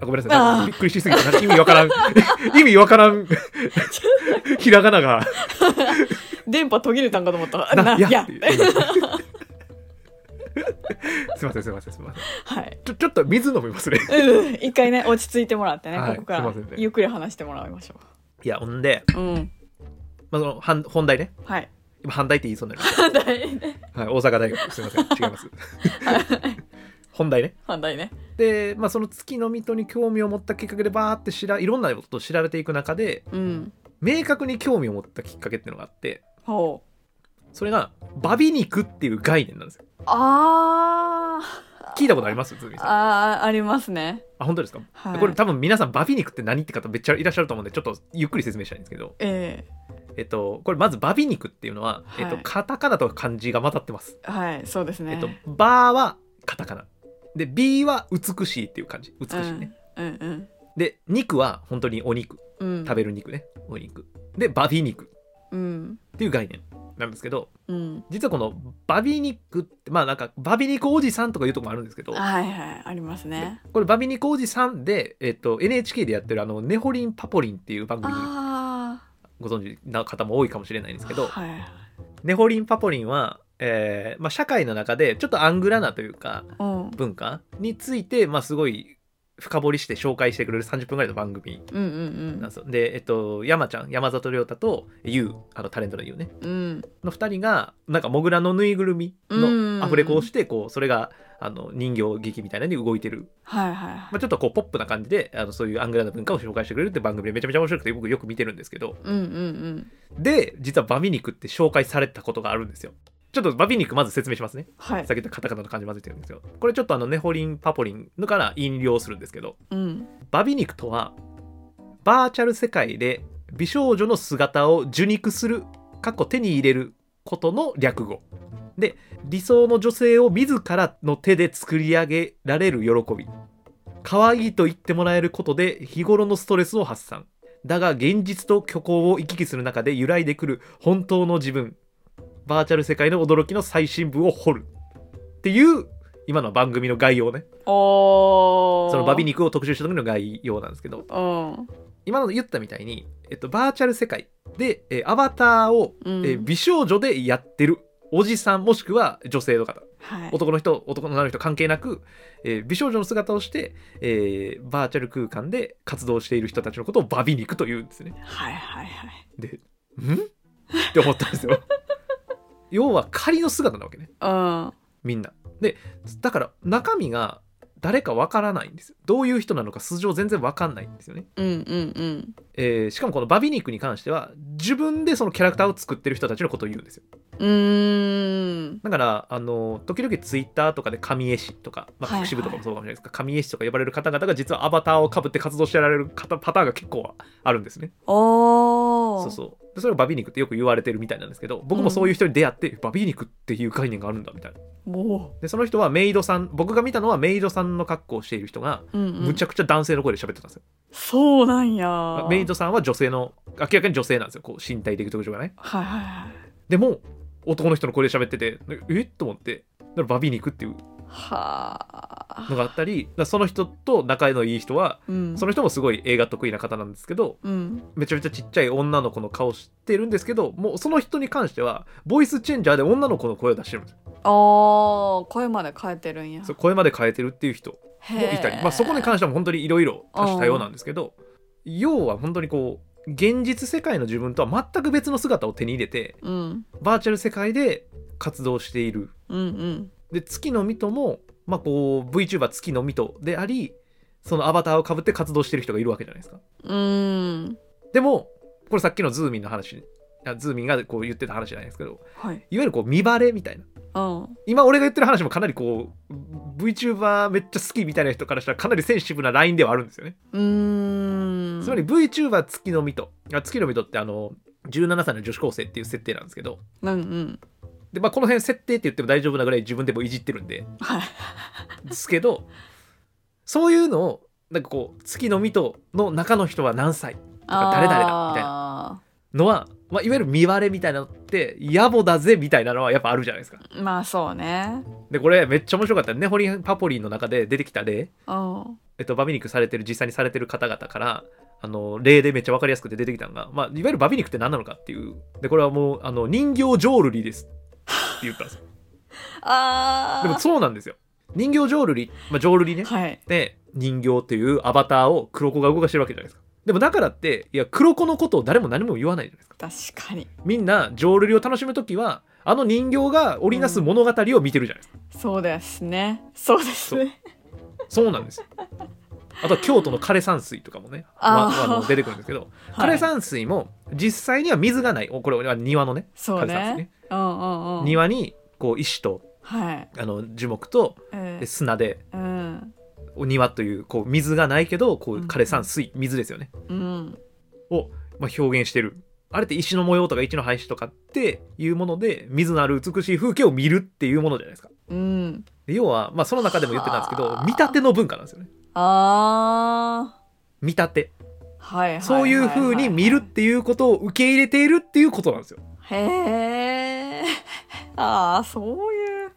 Speaker 1: あごめんなさいなん
Speaker 2: あ
Speaker 1: か
Speaker 2: ー
Speaker 1: びっくりしすぎてなんか意味わ [LAUGHS] からん意味わからんひらがなが
Speaker 2: 電波途切れたんかと思った
Speaker 1: ないや
Speaker 2: や
Speaker 1: [LAUGHS] っていうすいませんすいませんすいません
Speaker 2: はい
Speaker 1: ちょちょっと水飲みますね
Speaker 2: うん一回ね落ち着いてもらってね
Speaker 1: はい
Speaker 2: ここから
Speaker 1: すいませんね
Speaker 2: ゆっくり話してもらいましょ
Speaker 1: いやほんで、
Speaker 2: うん
Speaker 1: まあ、その本本題ね
Speaker 2: はい
Speaker 1: 今半題って言いそうになる、
Speaker 2: 反対ね
Speaker 1: はい、大阪大学すいません違います本題ね
Speaker 2: 反対ね
Speaker 1: で、まあ、その月の水戸に興味を持ったきっかけでバーって知らいろんなことを調べていく中で
Speaker 2: うん
Speaker 1: 明確に興味を持ったきっかけっていうのがあって
Speaker 2: ほう
Speaker 1: それがバビ肉っていう概念なんですよ
Speaker 2: あー
Speaker 1: 聞いたことありますズミさん
Speaker 2: あーありますね
Speaker 1: あ本当ですか、
Speaker 2: はい
Speaker 1: これ多分皆さんバビ肉って何って方めっちゃいらっしゃると思うんでちょっとゆっくり説明したいんですけど、
Speaker 2: え
Speaker 1: えっと、これまずバビ肉っていうのは、
Speaker 2: はい
Speaker 1: えっと、カタカナと漢字が混ざってます、
Speaker 2: えはいそうですね
Speaker 1: えっと、バーはカタカナで B は美しいっていう感じ美しいね、
Speaker 2: うんうん
Speaker 1: で肉は本当にお肉
Speaker 2: うんうん
Speaker 1: 食べる肉ねお肉でバビ肉
Speaker 2: うん
Speaker 1: っていう概念なんですけど
Speaker 2: うん
Speaker 1: 実はこのバビ肉ってまあなんかバビ肉おじさんとかいうとこもあるんですけど
Speaker 2: はいはいありますね
Speaker 1: これバビ肉おじさんで、えっと、NHK でやってるあの「ネホリンパポリン」っていう番組
Speaker 2: あ
Speaker 1: ご存知な方も多いかもしれないんです
Speaker 2: あ
Speaker 1: けど
Speaker 2: はいはい
Speaker 1: ネホリンパポリンは、えーまあ、社会の中でちょっとアングラなというか
Speaker 2: うん
Speaker 1: 文化について、まあ、すごい深掘りして紹介してくれる30分ぐらいの番組
Speaker 2: うん
Speaker 1: なんですよ。で、えっと、山ちゃん山里亮太と YOU あのタレントの YOU ね
Speaker 2: うんうん
Speaker 1: の2人がなんかモグラのぬいぐるみ
Speaker 2: うん
Speaker 1: のアフレコをしてこうそれがあの人形劇みたいなのに動いてる、
Speaker 2: はいはい
Speaker 1: まあ、ちょっとこうポップな感じであのそういうアングラな文化を紹介してくれるって番組でめちゃめちゃ面白くて僕よく見てるんですけど
Speaker 2: うんうん
Speaker 1: で実はバミ肉って紹介されたことがあるんですよ。ちょっとバビ肉まず説明しますね。
Speaker 2: はい
Speaker 1: さっき言ったカタカナの漢字混ぜてるんですよ。これちょっとあのネホリンパポリンのから引用するんですけど、
Speaker 2: うん
Speaker 1: バビ肉とはバーチャル世界で美少女の姿を受肉する過去手に入れることの略語で理想の女性を自らの手で作り上げられる喜び可愛いと言ってもらえることで日頃のストレスを発散だが現実と虚構を行き来する中で揺らいでくる本当の自分バーチャル世界の驚きの最深部を掘るっていう今の番組の概要ね
Speaker 2: おー
Speaker 1: そのバビ肉を特集した時の概要なんですけど
Speaker 2: うん
Speaker 1: 今の言ったみたいに、えっと、バーチャル世界で、えーアバターを、
Speaker 2: う
Speaker 1: え
Speaker 2: ん
Speaker 1: ー美少女でやってるおじさんもしくは女性の方
Speaker 2: はい
Speaker 1: 男の人男の女の人関係なく、えー美少女の姿をして、えーバーチャル空間で活動している人たちのことをバビ肉というんですね。
Speaker 2: はいはいはい
Speaker 1: で「ん?」って思ったんですよ。
Speaker 2: [LAUGHS]
Speaker 1: 要は仮の姿なわけね
Speaker 2: うん
Speaker 1: みんな。でだから中身が誰かわからないんですよ。どういう人なのか素性全然わかんないんですよね。
Speaker 2: うんうんうん
Speaker 1: えーしかもこのバビ肉に関しては自分でそのキャラクターを作ってる人たちのことを言うんですよ
Speaker 2: うーん
Speaker 1: だからあの時々ツイッターとかで神絵師とか、ま
Speaker 2: はいはい
Speaker 1: あ、隠し部とかもそうかもしれないですが、神絵師とか呼ばれる方々が実はアバターをかぶって活動してられる方パターンが結構あるんですね
Speaker 2: おー
Speaker 1: そうそうでそれをバビ肉ってよく言われてるみたいなんですけど僕もそういう人に出会って、バビ肉っていう概念があるんだみたいな
Speaker 2: も
Speaker 1: でその人はメイドさん僕が見たのはメイドさんの格好をしている人が
Speaker 2: う、うんうん、
Speaker 1: むちゃくちゃ男性の声で喋ってたんですよ、
Speaker 2: そうなんや
Speaker 1: メイドさんは女性の明らかに女性なんですよこう身体的特徴がね
Speaker 2: はいはいはい
Speaker 1: でも男の人の声で喋っててえと思ってだからバビ肉っていう
Speaker 2: はあ
Speaker 1: のがあったりだからその人と仲のいい人は
Speaker 2: うん
Speaker 1: その人もすごい映画得意な方なんですけど
Speaker 2: うん
Speaker 1: めちゃめちゃちっちゃい女の子の顔してるんですけどもうその人に関してはボイスチェンジャーで女の子の声を出してるんですよ
Speaker 2: あー声まで変えてるんや
Speaker 1: そう声まで変えてるっていう人もいた
Speaker 2: へ
Speaker 1: り、
Speaker 2: ー
Speaker 1: まあ、そこに関しても本当にいろいろ多種多様なんですけど要は本当にこう現実世界の自分とは全く別の姿を手に入れて
Speaker 2: うん
Speaker 1: バーチャル世界で活動している
Speaker 2: うんうん
Speaker 1: で月の水戸も、まあ、こう VTuber 月の水戸でありそのアバターをかぶって活動してる人がいるわけじゃないですか
Speaker 2: うん
Speaker 1: でもこれさっきのズーミンの話あズーミンがこう言ってた話じゃないですけどいわ
Speaker 2: はい
Speaker 1: ゆるこう見バレみたいな
Speaker 2: うん
Speaker 1: 今俺が言ってる話もかなりこう VTuber めっちゃ好きみたいな人からしたらかなりセンシティブなラインではあるんですよね、
Speaker 2: うーん
Speaker 1: つまり VTuber 月の水戸あ月の水戸ってあの17歳の女子高生っていう設定なんですけど
Speaker 2: うんうん
Speaker 1: で、まあ、この辺設定って言っても大丈夫なぐらい自分でもいじってるんで
Speaker 2: はい
Speaker 1: ですけどそういうのをなんかこう月の水戸の中の人は何歳誰々だみたい
Speaker 2: な
Speaker 1: のは、まあ、いわゆる見割れみたいなのって野暮だぜみたいなのはやっぱあるじゃないですか。
Speaker 2: まあそうね
Speaker 1: でこれめっちゃ面白かったねホリンパポリンの中で出てきた例、
Speaker 2: うん
Speaker 1: えっと、バビ肉されてる実際にされてる方々からあの例でめっちゃ分かりやすくて出てきたのが、まあ、いわゆるバビ肉って何なのかっていうでこれはもうあの人形浄瑠璃ですって言ったんですよ。
Speaker 2: あ
Speaker 1: でも
Speaker 2: ー
Speaker 1: そうなんですよ。人形浄瑠璃、まあ、浄瑠璃ね。
Speaker 2: はい
Speaker 1: で人形っていうアバターを黒子が動かしてるわけじゃないですか。でもだからっていや黒子のことを誰も何も言わないじゃないですか
Speaker 2: 確かに
Speaker 1: みんな浄瑠璃を楽しむ時はあの人形が織りなす物語を見てるじゃないですか、
Speaker 2: そうですねそうですね
Speaker 1: そうなんですよあとは京都の枯山水とかもね、ま
Speaker 2: あー
Speaker 1: あの出てくるんですけど、
Speaker 2: はい
Speaker 1: 枯山水も実際には水がないおこれは庭のね
Speaker 2: そう
Speaker 1: 枯
Speaker 2: ね
Speaker 1: 山水ね
Speaker 2: うんうんうん
Speaker 1: 庭にこう石と
Speaker 2: はい
Speaker 1: あの樹木と
Speaker 2: え
Speaker 1: で
Speaker 2: ー
Speaker 1: 砂で
Speaker 2: うん
Speaker 1: お庭というこう水がないけどこう
Speaker 2: うん
Speaker 1: 枯山水水ですよね
Speaker 2: うん
Speaker 1: を、まあ、表現してるあれって石の模様とか石の廃止とかっていうもので水のある美しい風景を見るっていうものじゃないですか
Speaker 2: うん
Speaker 1: で要は、まあ、その中でも言ってたんですけど
Speaker 2: はあ
Speaker 1: 見立ての文化なんですよね
Speaker 2: あ
Speaker 1: 見立て
Speaker 2: ーはいはいはいはい
Speaker 1: そういう風に見るっていうことを受け入れているっていうことなんですよ
Speaker 2: へえああそういう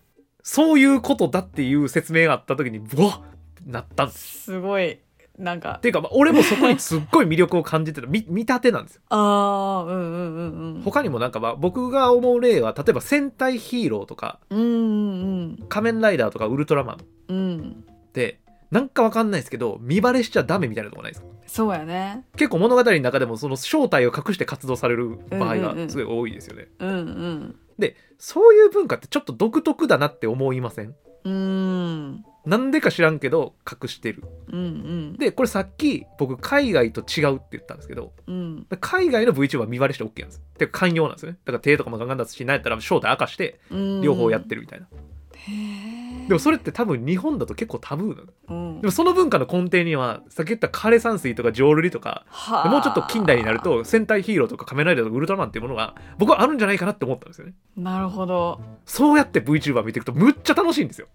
Speaker 1: そういうことだっていう説明があった時にうわっなったんです
Speaker 2: すごいなんか
Speaker 1: っていうか、まあ、俺もそこにすっごい魅力を感じてた見見立てなんですよ
Speaker 2: ああうんうんうんうん
Speaker 1: 他にもなんかまあ僕が思う例は例えば戦隊ヒーローとか
Speaker 2: うんうん
Speaker 1: 仮面ライダーとかウルトラマンっ
Speaker 2: うんうん
Speaker 1: てなんかわかんないですけど見バレしちゃダメみたいなとこないですか
Speaker 2: そうやね
Speaker 1: 結構物語の中でもその正体を隠して活動される場合
Speaker 2: うんうんう
Speaker 1: が
Speaker 2: ん
Speaker 1: すごい多いですよね、
Speaker 2: うん
Speaker 1: そういう文化ってちょっと独特だなって思いません
Speaker 2: うんうん
Speaker 1: なんでか知らんけど隠してる
Speaker 2: うんうん
Speaker 1: でこれさっき僕海外と違うって言ったんですけど
Speaker 2: うん
Speaker 1: 海外の VTuber 見バレして OK なんですてか寛容なんですよねだから手とかもガンガン出すしなんやったら正体明かして
Speaker 2: うん
Speaker 1: 両方やってるみたいな、
Speaker 2: へえ
Speaker 1: でもそれって多分日本だと結構タブーな
Speaker 2: う
Speaker 1: の
Speaker 2: ん
Speaker 1: でもその文化の根底にはさっき言った枯山水とか浄瑠璃とか
Speaker 2: はあ
Speaker 1: もうちょっと近代になると戦隊ヒーローとか仮面ライダーとかウルトラマンっていうものが僕はあるんじゃないかなって思ったんですよね
Speaker 2: なるほど
Speaker 1: そうやって VTuber 見ていくとむっちゃ楽しいんですよ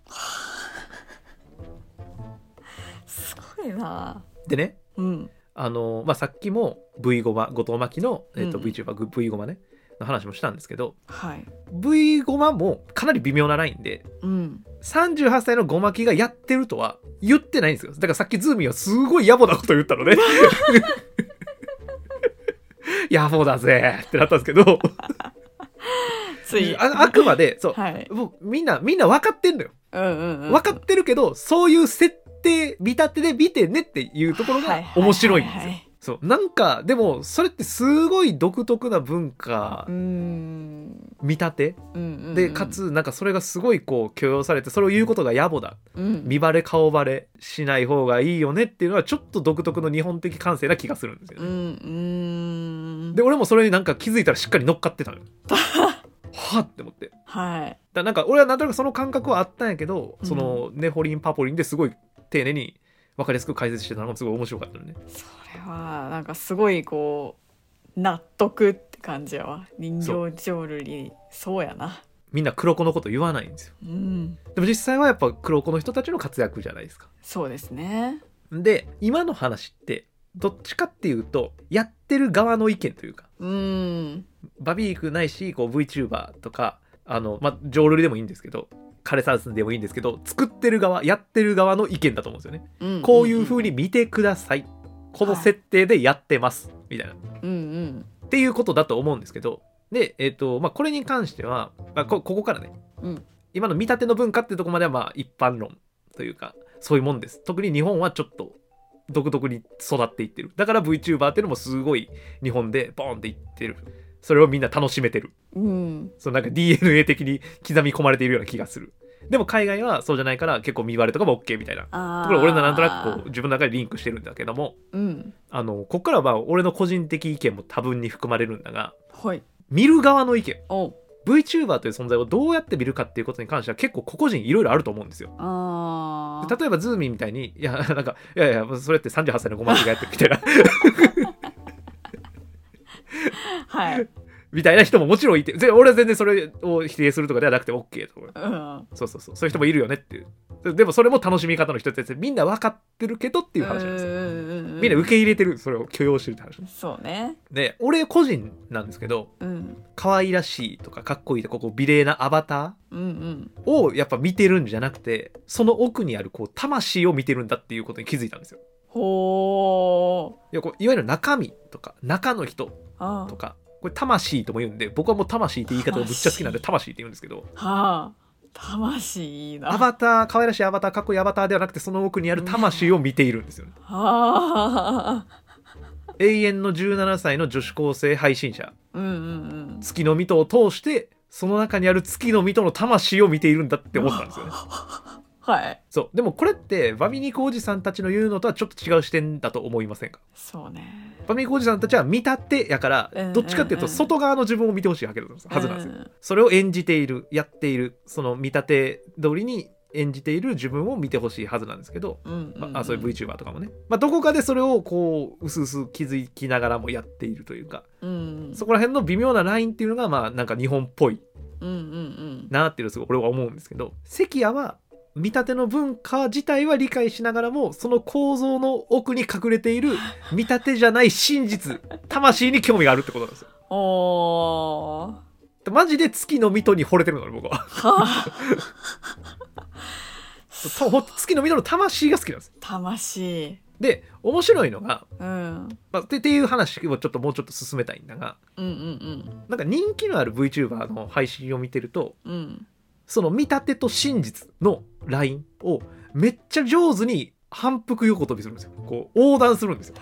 Speaker 2: すごいな
Speaker 1: でね
Speaker 2: うん
Speaker 1: あの、まあ、さっきも V ゴマ後藤真希の、えっと
Speaker 2: うんうん
Speaker 1: VTuber、V ゴマねの話もしたんですけど
Speaker 2: はい
Speaker 1: V ゴマもかなり微妙なラインで
Speaker 2: うん
Speaker 1: 38歳のゴマキがやってるとは言ってないんですよだからさっきズーミンはすごい野暮なこと言ったのね [LAUGHS] 野暮だぜってなったんですけど
Speaker 2: つい
Speaker 1: ああくまでそう、
Speaker 2: はい
Speaker 1: もうみんなみんな分かってんのよ
Speaker 2: うんうんうん
Speaker 1: 分かってるけどそういう設定見立てで見てねっていうところが面白いんです
Speaker 2: は
Speaker 1: よ、
Speaker 2: ははは
Speaker 1: そうなんかでもそれってすごい独特な文化
Speaker 2: うーん
Speaker 1: 見立て
Speaker 2: うんうんうん
Speaker 1: でかつなんかそれがすごいこう許容されてそれを言うことが野暮だ
Speaker 2: うん
Speaker 1: 見バレ顔バレしない方がいいよねっていうのはちょっと独特の日本的感性な気がするんですよ
Speaker 2: う
Speaker 1: ね、
Speaker 2: んうん
Speaker 1: で俺もそれになんか気づいたらしっかり乗っかってた
Speaker 2: [LAUGHS]
Speaker 1: のよはっって思って
Speaker 2: はい
Speaker 1: だなんか俺はなんとなくその感覚はあったんやけど、そのねホリンパポリンですごい丁寧に分かりやすく解説してたのがすごい面白かったのね
Speaker 2: それはなんかすごいこう納得って感じやわ人形
Speaker 1: そ
Speaker 2: 浄瑠璃そうやな
Speaker 1: みんな黒子のこと言わないんですよ
Speaker 2: うん
Speaker 1: でも実際はやっぱ黒子の人たちの活躍じゃないですか
Speaker 2: そうですね
Speaker 1: で今の話ってどっちかっていうとやってる側の意見というか
Speaker 2: うん
Speaker 1: バビークないしこう VTuber とかあの、まあ、浄瑠璃でもいいんですけど枯山水でもいいんですけど作ってる側やってる側の意見だと思うんですよね、
Speaker 2: うん
Speaker 1: こういう風に見てくださいこの設定でやってます、みたいなっ
Speaker 2: うんうん
Speaker 1: ていうことだと思うんですけどで、えっとまあ、これに関しては、まあ、こここからね、
Speaker 2: うん
Speaker 1: 今の見立ての文化っていうところまではまあ一般論というかそういうもんです特に日本はちょっと独特に育っていってるだから VTuber っていうのもすごい日本でボーンっていってるそれをみんな楽しめてる
Speaker 2: うん
Speaker 1: そのなんか DNA 的に刻み込まれているような気がする。でも海外はそうじゃないから結構見バレとかも OK みたいな。
Speaker 2: ああ
Speaker 1: これ俺のなんとなくこう自分の中でリンクしてるんだけども、
Speaker 2: ううん
Speaker 1: あの、こっからは俺の個人的意見も多分に含まれるんだが、
Speaker 2: はい
Speaker 1: 見る側の意見。
Speaker 2: お
Speaker 1: VTuber という存在をどうやって見るかっていうことに関しては結構個々人いろいろあると思うんですよ。
Speaker 2: あ
Speaker 1: 例えばズーミンみたいに、いや、 [LAUGHS] なんか、いやいや、それって38歳の5万人がやってるみたいな、
Speaker 2: あはい
Speaker 1: みたいな人ももちろんいて、ぜ俺は全然それを否定するとかではなくて OK と思う。
Speaker 2: うん
Speaker 1: そうそうそうそういう人もいるよねっていうでもそれも楽しみ方の一つですみんな分かってるけどっていう話なんですよみんな受け入れてるそれを許容してるって話なんです
Speaker 2: そうね
Speaker 1: で俺個人なんですけど
Speaker 2: うん
Speaker 1: 可愛らしいとかかっこいいとかこう美麗なアバタ
Speaker 2: うんうん
Speaker 1: ーをやっぱ見てるんじゃなくてその奥にあるこう魂を見てるんだっていうことに気づいたんですよ
Speaker 2: ほー
Speaker 1: いやこういわゆる中身とか中の人
Speaker 2: あ
Speaker 1: とかこれ魂とも言うんで僕はもう魂って言い方がむっちゃ好きなんで魂って言うんですけど
Speaker 2: ーはあ魂いいな
Speaker 1: アバター可愛らしいアバターかっこいいアバターではなくてその奥にある魂を見ているんですよね
Speaker 2: あ
Speaker 1: 永遠の17歳の女子高生配信者
Speaker 2: うんうん
Speaker 1: 月の水戸を通してその中にある月の水戸の魂を見ているんだって
Speaker 2: うん
Speaker 1: 思ったんですよね
Speaker 2: はい
Speaker 1: そうでもこれってバミニクおじさんたちの言うのとはちょっと違う視点だと思いませんか
Speaker 2: そうね
Speaker 1: バミニクおじさんたちは見たってやから
Speaker 2: うんうんうん
Speaker 1: どっちかっていうと外側の自分を見てほしいわけなんですはずなんですよ
Speaker 2: うん
Speaker 1: それを演じているやっているその見立て通りに演じている自分を見てほしいはずなんですけど
Speaker 2: うんうん
Speaker 1: まあ、あそういう VTuber とかもね、まあ、どこかでそれをこう薄々気づきながらもやっているというか
Speaker 2: うん
Speaker 1: そこら辺の微妙なラインっていうのがまあなんか日本っぽい
Speaker 2: うんうん
Speaker 1: なっていうのをすごい俺は思うんですけど関谷は見立ての文化自体は理解しながらもその構造の奥に隠れている見立てじゃない真実魂に興味があるってことなんですよ。
Speaker 2: うんおー
Speaker 1: マジで月の水戸に惚れてるのね僕は
Speaker 2: は
Speaker 1: そうほんと月の水戸の魂が好きなんです
Speaker 2: 魂
Speaker 1: で面白いのが、
Speaker 2: うん
Speaker 1: まあ、てっていう話をちょっともうちょっと進めたいんだが
Speaker 2: うんうん
Speaker 1: なんか人気のある VTuber の配信を見てると
Speaker 2: うんうん
Speaker 1: その見立てと真実のラインをめっちゃ上手に反復横跳びするんですよこう横断するんですよ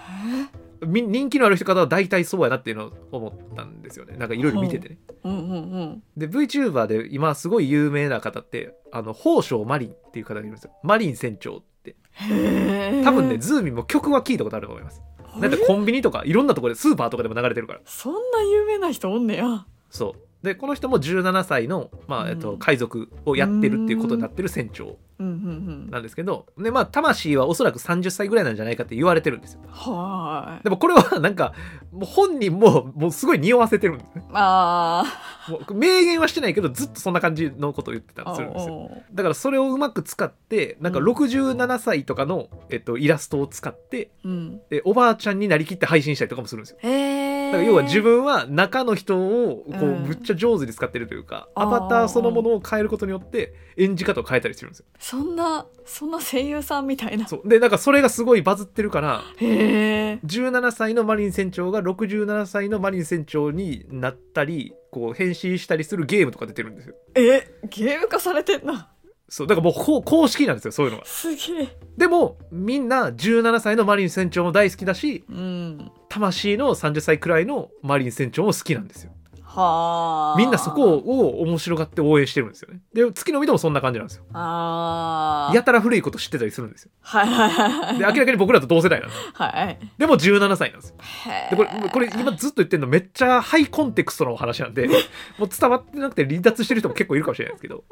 Speaker 2: え
Speaker 1: み人気のある人方は大体そうやなっていうのを思ったんですよねなんかいろいろ見ててね
Speaker 2: うんうんうん
Speaker 1: で VTuber で今すごい有名な方ってあの宝生マリンっていう方がいるんですよマリン船長って
Speaker 2: へー
Speaker 1: 多分ね、ズーミンも曲は聞いたことあると思います
Speaker 2: え
Speaker 1: だってコンビニとかいろんなところでスーパーとかでも流れてるから
Speaker 2: そんな有名な人おんねや
Speaker 1: そうでこの人も17歳の、まあえっと
Speaker 2: うん
Speaker 1: 海賊をやってるっていうことになってる船長
Speaker 2: うんうん
Speaker 1: なんですけどで、まあ、魂はおそらく30歳ぐらいなんじゃないかって言われてるんですよ
Speaker 2: うんは
Speaker 1: でもこれはなんかもう本人ももうすごい匂わせてるんですね
Speaker 2: ーいあ
Speaker 1: もう明言はしてないけどずっとそんな感じのことを言ってた
Speaker 2: あ
Speaker 1: りするんですよ
Speaker 2: おうおう
Speaker 1: だからそれをうまく使ってなんか
Speaker 2: うん
Speaker 1: 67歳とかの、えっと、イラストを使って
Speaker 2: うん
Speaker 1: でおばあちゃんになりきって配信したりとかもするんですよ
Speaker 2: へえ
Speaker 1: だから要は自分は中の人をこう
Speaker 2: うん
Speaker 1: むっちゃ上手に使ってるというか、
Speaker 2: あー
Speaker 1: アバターそのものを変えることによって演じ方を変えたりしてるんですよ。
Speaker 2: そんなそんな声優さんみたいな
Speaker 1: そうでなんかそれがすごいバズってるから
Speaker 2: へえ
Speaker 1: 17歳のマリン船長が67歳のマリン船長になったりこう変身したりするゲームとか出てるんですよ。
Speaker 2: えゲーム化されてんな
Speaker 1: そうだからもうこう公式なんですよそういうのが。
Speaker 2: すげえ
Speaker 1: でもみんな17歳のマリン船長も大好きだし
Speaker 2: うん
Speaker 1: 魂の30歳くらいのマリン船長も好きなんですよ。
Speaker 2: はあ
Speaker 1: みんなそこを面白がって応援してるんですよね。で月の見てもそんな感じなんですよ。
Speaker 2: ああ
Speaker 1: やたら古いこと知ってたりするんですよ。
Speaker 2: はいはいはい
Speaker 1: で、明らかに僕らと同世代なんですよ。
Speaker 2: はい
Speaker 1: でも17歳なんですよ。
Speaker 2: へー
Speaker 1: で、これ、これ今ずっと言ってるのめっちゃハイコンテクストのお話なんで、
Speaker 2: [LAUGHS]
Speaker 1: もう伝わってなくて離脱してる人も結構いるかもしれないですけど。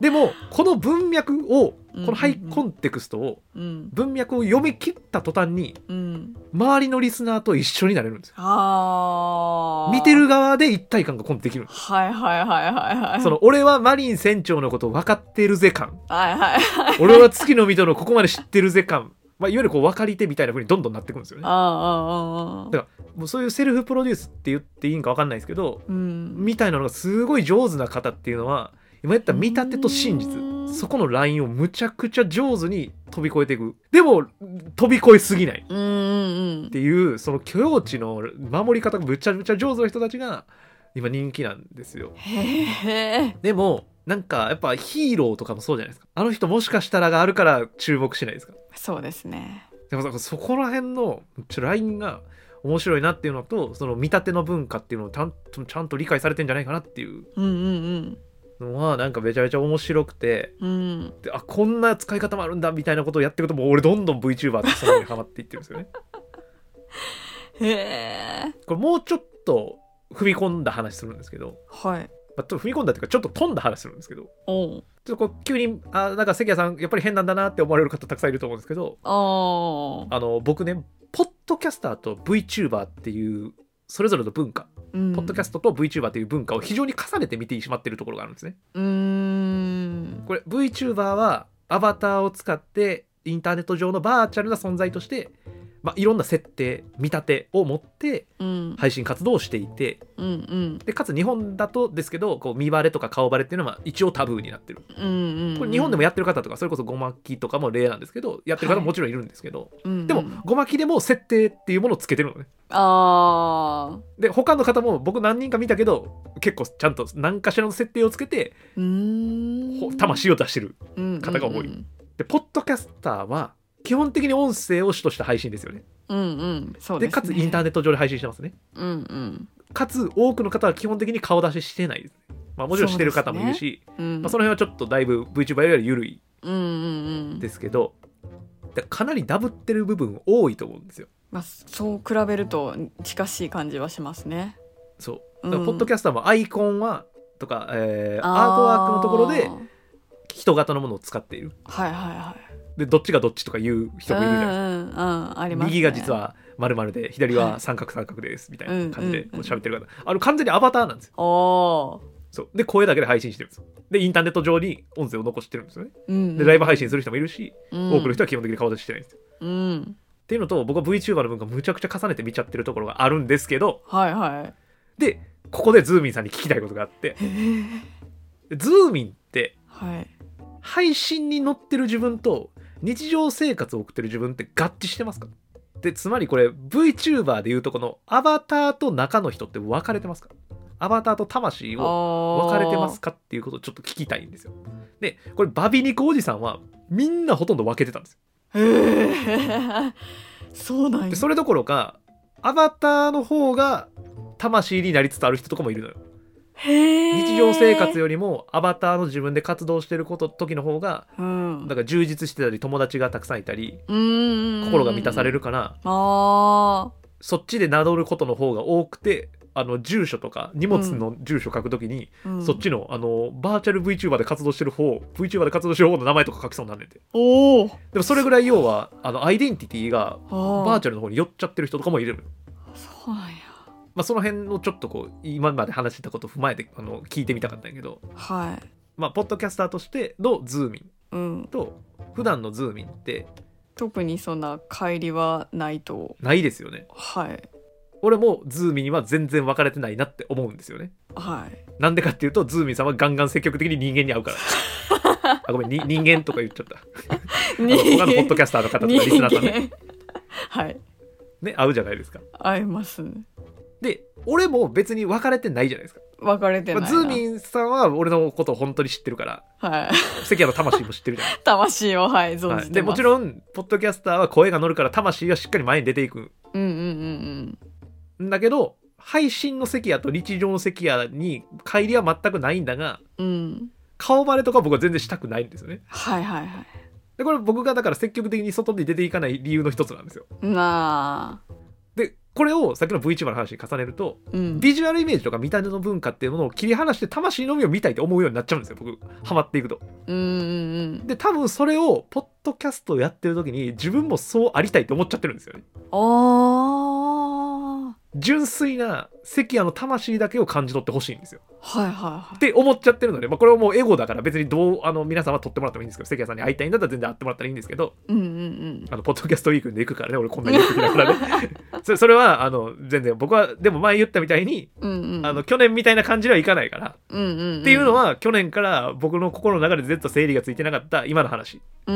Speaker 1: でも、この文脈を、こ
Speaker 2: うんうんう
Speaker 1: の
Speaker 2: ん
Speaker 1: ハイコンテクストを、
Speaker 2: うん
Speaker 1: 文脈を読み切った途端に、
Speaker 2: うん
Speaker 1: 周りのリスナーと一緒になれるんですよ。
Speaker 2: ああ
Speaker 1: 見てる側で一体感が今度できるんです。
Speaker 2: はいはいはいはいはい
Speaker 1: その、俺はマリン船長のこと分かってる
Speaker 2: [LAUGHS]
Speaker 1: ぜ感。
Speaker 2: はいはい
Speaker 1: 俺は月の水戸のここまで知ってるぜ感。まあ、いわゆるこう、分かり手みたいな風にどんどんなってくるんですよね。
Speaker 2: あーあーあーあー
Speaker 1: だもうそういうセルフプロデュースって言っていいんか分かんないですけど
Speaker 2: うん
Speaker 1: みたいなのがすごい上手な方っていうのは今言った見立てと真
Speaker 2: う
Speaker 1: 実
Speaker 2: ん
Speaker 1: そこのラインをむちゃくちゃ上手に飛び越えていくでも飛び越えすぎないっ
Speaker 2: うんうん
Speaker 1: ていうその許容値の守り方がむちゃむちゃ上手な人たちが今人気なんですよ
Speaker 2: うんへえ
Speaker 1: でもなんかやっぱヒーローとかもそうじゃないですかあの人もしかしたらがあるから注目しないですか
Speaker 2: そうですね
Speaker 1: でもさそこら辺のちょラインが面白いなっていうのとその見立ての文化っていうのをちゃんとちゃんと理解されてんじゃないかなっていう
Speaker 2: うんうん
Speaker 1: のはなんかめちゃめちゃ面白くて
Speaker 2: うんうん
Speaker 1: であこんな使い方もあるんだみたいなことをやっていくともう俺どんどん VTuber ってそのにハマっていってるんですよね。
Speaker 2: へえ
Speaker 1: これもうちょっと踏み込んだ話するんですけど、
Speaker 2: はい
Speaker 1: まあ、ちょっと踏み込んだっていうかちょっと飛んだ話するんですけどちょ
Speaker 2: おう
Speaker 1: っとこう急にあなんか関谷さんやっぱり変なんだなって思われる方たくさんいると思うんですけど
Speaker 2: ああ
Speaker 1: あの僕ねポッドキャスターと VTuber っていうそれぞれの文化ポッドキャストと VTuber という文化を非常に重ねて見てしまっているところがあるんですね。
Speaker 2: うーん
Speaker 1: これ VTuber はアバターを使ってインターネット上のバーチャルな存在として、まあ、いろんな設定見立てを持って
Speaker 2: うん
Speaker 1: 配信活動をしていて
Speaker 2: うんうん
Speaker 1: でかつ日本だとですけどこう見バレとか顔バレっていうのは一応タブーになってる
Speaker 2: うんうん
Speaker 1: これ日本でも
Speaker 2: や
Speaker 1: やってる方とかそれこそゴマキとかも例なんですけどやってる方ももちろんいるんですけど、
Speaker 2: で
Speaker 1: でもゴマキでも設定っていうものをつけてるのね
Speaker 2: ああ
Speaker 1: で他の方も僕何人か見たけど結構ちゃんと何かしらの設定をつけて
Speaker 2: うー
Speaker 1: ほ
Speaker 2: ん
Speaker 1: 魂を出してる
Speaker 2: うんうんうん
Speaker 1: 方が多いでポッドキャスターは基本的に音声を主とした配信ですよね
Speaker 2: うんうんそう
Speaker 1: で
Speaker 2: です、ね、
Speaker 1: かつインターネット上で配信してますね
Speaker 2: うんうん
Speaker 1: かつ多くの方は基本的に顔出ししてないですね、まあ、もちろんしてる方もいるしそ,、
Speaker 2: うん
Speaker 1: まあ、その辺はちょっとだいぶ VTuber よりは緩い
Speaker 2: うんうんうん
Speaker 1: ですけどだからかなりダブってる部分多いと思うんですよ
Speaker 2: まあ、そう比べると近しい感じはしますね。
Speaker 1: そう
Speaker 2: う
Speaker 1: だ
Speaker 2: ん
Speaker 1: からポッドキャスターもアイコンはとか、えーアートワークのところで
Speaker 2: あー
Speaker 1: 人型のものを使っている
Speaker 2: はいはいはい。
Speaker 1: でどっちがどっちとか言う人もいるじゃないですか
Speaker 2: うんうんうんありますね、
Speaker 1: 右が実は丸々で左
Speaker 2: は
Speaker 1: はい三角三角ですみたいな感じ
Speaker 2: う
Speaker 1: で
Speaker 2: んうん
Speaker 1: こう喋ってる方あの完全にアバターなんですよ
Speaker 2: おお
Speaker 1: そうで声だけで配信してるんですよでインターネット上に音声を残してるんですよね
Speaker 2: ー、うんうん、
Speaker 1: でライブ配信する人もいるし
Speaker 2: 多
Speaker 1: 多くの人は基本的に顔出ししてないんですよ
Speaker 2: うん、
Speaker 1: っていうのと僕は VTuber の文化むちゃくちゃ重ねて見ちゃってるところがあるんですけど
Speaker 2: はいはい
Speaker 1: でここでズーミンさんに聞きたいことがあってズーミンって
Speaker 2: はい
Speaker 1: 配信に乗ってる自分と日常生活を送ってる自分って合致してますかでつまりこれ VTuber でいうとこのアバターと中の人って分かれてますかアバターと魂を分
Speaker 2: 分
Speaker 1: かれてますかっていうことをちょっと聞きたいんですよでこれバビニコおじさんはみんなほとんど分けてたんですよ
Speaker 2: えー、そうなん
Speaker 1: で
Speaker 2: や
Speaker 1: それどころかアバターの方が魂になりつつある人とかもいるのよ
Speaker 2: へー
Speaker 1: 日常生活よりもアバターの自分で活動してること時の方が
Speaker 2: うん
Speaker 1: だから充実してたり友達がたくさんいたり
Speaker 2: うん
Speaker 1: 心が満たされ
Speaker 2: る
Speaker 1: るから、
Speaker 2: あ
Speaker 1: そっちで名乗ることの方が多くてあの住所とか荷物の住所書くときに、
Speaker 2: ー、うん
Speaker 1: そっちのあのバーチャル VTuber で活動してる方 VTuber で活動してる方の名前とか書きそうになんねんて
Speaker 2: おお
Speaker 1: でもそれぐらい要はあのアイデンティティがバー
Speaker 2: チ
Speaker 1: チャルの方に寄っちゃってる人とかもいる、
Speaker 2: ャルそうなんや
Speaker 1: まあ、その辺のちょっとこう今まで話してたことを踏まえてあの聞いてみたかったんやけど、
Speaker 2: はい
Speaker 1: まあ、ポッドキャスターとしてのズーミン
Speaker 2: うん
Speaker 1: と普段のズーミンって
Speaker 2: 特にそんな乖離はないと
Speaker 1: ないですよね
Speaker 2: はい
Speaker 1: 俺もズーミンは全然分かれてないなって思うんですよね
Speaker 2: はい
Speaker 1: なんでかっていうとズーミンさんはガンガン積極的に人間に会うからあごめんに人間とか言っちゃったあの他のポッドキャスターの方とかリスナーさんね
Speaker 2: 人間はい
Speaker 1: ね会うじゃないですか
Speaker 2: 会えますね
Speaker 1: で俺も別に分かれてないじゃないですか、
Speaker 2: 分かれてない
Speaker 1: ま
Speaker 2: な、
Speaker 1: あズーミンさんは俺のことを本当に知ってるから
Speaker 2: はい
Speaker 1: 関谷の魂も知ってるじゃない
Speaker 2: 魂をはい [LAUGHS]
Speaker 1: は
Speaker 2: 存
Speaker 1: い
Speaker 2: じ
Speaker 1: で
Speaker 2: て
Speaker 1: も
Speaker 2: ます、
Speaker 1: ちろんポッドキャスターは声が乗るから魂はしっかり前に出ていく
Speaker 2: うんうんうん
Speaker 1: んだけど配信の関谷と日常の関谷に乖離は全くないんだが
Speaker 2: うんうん
Speaker 1: 顔バレとか僕は全然したくないんですよね
Speaker 2: はいはいは
Speaker 1: でこれ僕がだから積極的に外に出ていかない理由の一つなんですよ
Speaker 2: いなあ
Speaker 1: でこれをさっきの VTuber の話に重ねると
Speaker 2: うん
Speaker 1: ビジュアルイメージとか見た目の文化っていうものを切り離して魂のみを見たいって思うようになっちゃうんですよ僕ハマっていくと
Speaker 2: うんうん
Speaker 1: で多分それをポッドキャストをやってる時に自分もそうありたいって思っちゃってるんですよね
Speaker 2: うんあ
Speaker 1: 純粋な関谷の魂だけを感じ取ってほしいんですよ
Speaker 2: あはいはいは
Speaker 1: っ
Speaker 2: い
Speaker 1: て思っちゃってるので、まあ、これはもうエゴだから別にどうあの皆さんは取ってもらってもいいんですけど関谷さんに会いたいんだったら全然会ってもらったらいいんですけど
Speaker 2: うんうん
Speaker 1: あのポッドキャストウィークで行くからね俺こんなに言ってきながら
Speaker 2: [LAUGHS]
Speaker 1: ねそれそれはあの全然僕はでも前言ったみたいに
Speaker 2: うんうんうん
Speaker 1: あの去年みたいな感じではいかないから、
Speaker 2: うんうんうん
Speaker 1: っていうのは去年から僕の心の中でずっと整理がついてなかった今の話
Speaker 2: う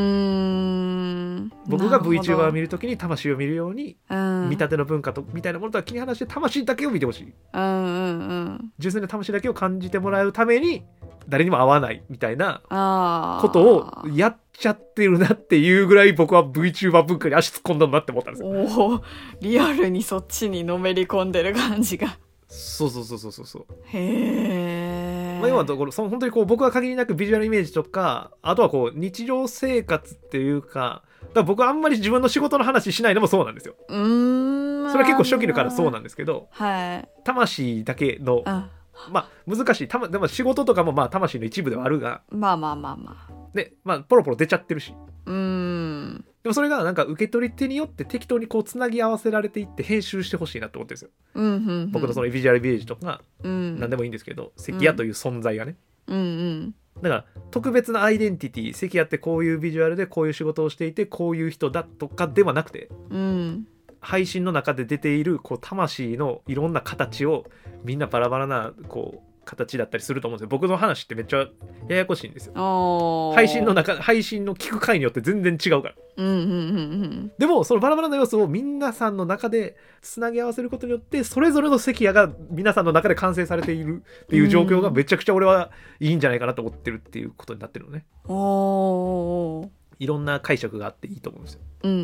Speaker 2: ーん
Speaker 1: 僕が VTuber を見
Speaker 2: る
Speaker 1: るときに魂を見るように
Speaker 2: ほどうん
Speaker 1: 見立ての文化とみたいなものとは切り離して魂だけを見てほしい
Speaker 2: うんうんうん
Speaker 1: 純粋な魂だけを感じてもらうために誰にも合わないみたいな
Speaker 2: ああ
Speaker 1: ことをやっちゃってるなっていうぐらい僕は VTuber 文化に足突っ込んだんだって思ったんですよ
Speaker 2: おおリアルにそっちにのめり込んでる感じが
Speaker 1: そうそうそうそうそうそう
Speaker 2: へえ
Speaker 1: まあ、要はところその本当にこう僕は限りなくビジュアルイメージとかあとはこう日常生活っていうかだから僕はあんまり自分の仕事の話しないのもそうなんですよ
Speaker 2: うーん
Speaker 1: それは結構初期のからそう
Speaker 2: の
Speaker 1: なんですけど
Speaker 2: はい
Speaker 1: 魂だけの
Speaker 2: あ
Speaker 1: まあ難しいたまでも仕事とかもまあ魂の一部ではあるが
Speaker 2: まあまあまあまあ
Speaker 1: でまあポロポロ出ちゃってるし
Speaker 2: うーん
Speaker 1: でもそれがなんか受け取り手によって適当にこうつなぎ合わせられていって編集してほしいなと思ってるんですよ
Speaker 2: うんうんうん
Speaker 1: 僕のそのビジュアルイメージとか
Speaker 2: うん
Speaker 1: 何でもいいんですけど関谷という存在がね
Speaker 2: うんうん
Speaker 1: だから特別なアイデンティティ関谷ってこういうビジュアルでこういう仕事をしていてこういう人だとかではなくて
Speaker 2: うん
Speaker 1: 配信の中で出ているこう魂のいろんな形をみんなバラバラなこう形だったりすると思うんですよ僕の話ってめっちゃややこしいんですよ
Speaker 2: おー
Speaker 1: 配信の中配信の聞く回によって全然違うから
Speaker 2: うんうんうん
Speaker 1: でもそのバラバラな要素を皆さんの中でつなぎ合わせることによってそれぞれの関谷が皆さんの中で完成されているっていう状況が
Speaker 2: うん
Speaker 1: めちゃくちゃ俺はいいんじゃないかなと思ってるっていうことになってるのね
Speaker 2: うんおー
Speaker 1: いろんな解釈があっていいと思うんですよ
Speaker 2: うんうんう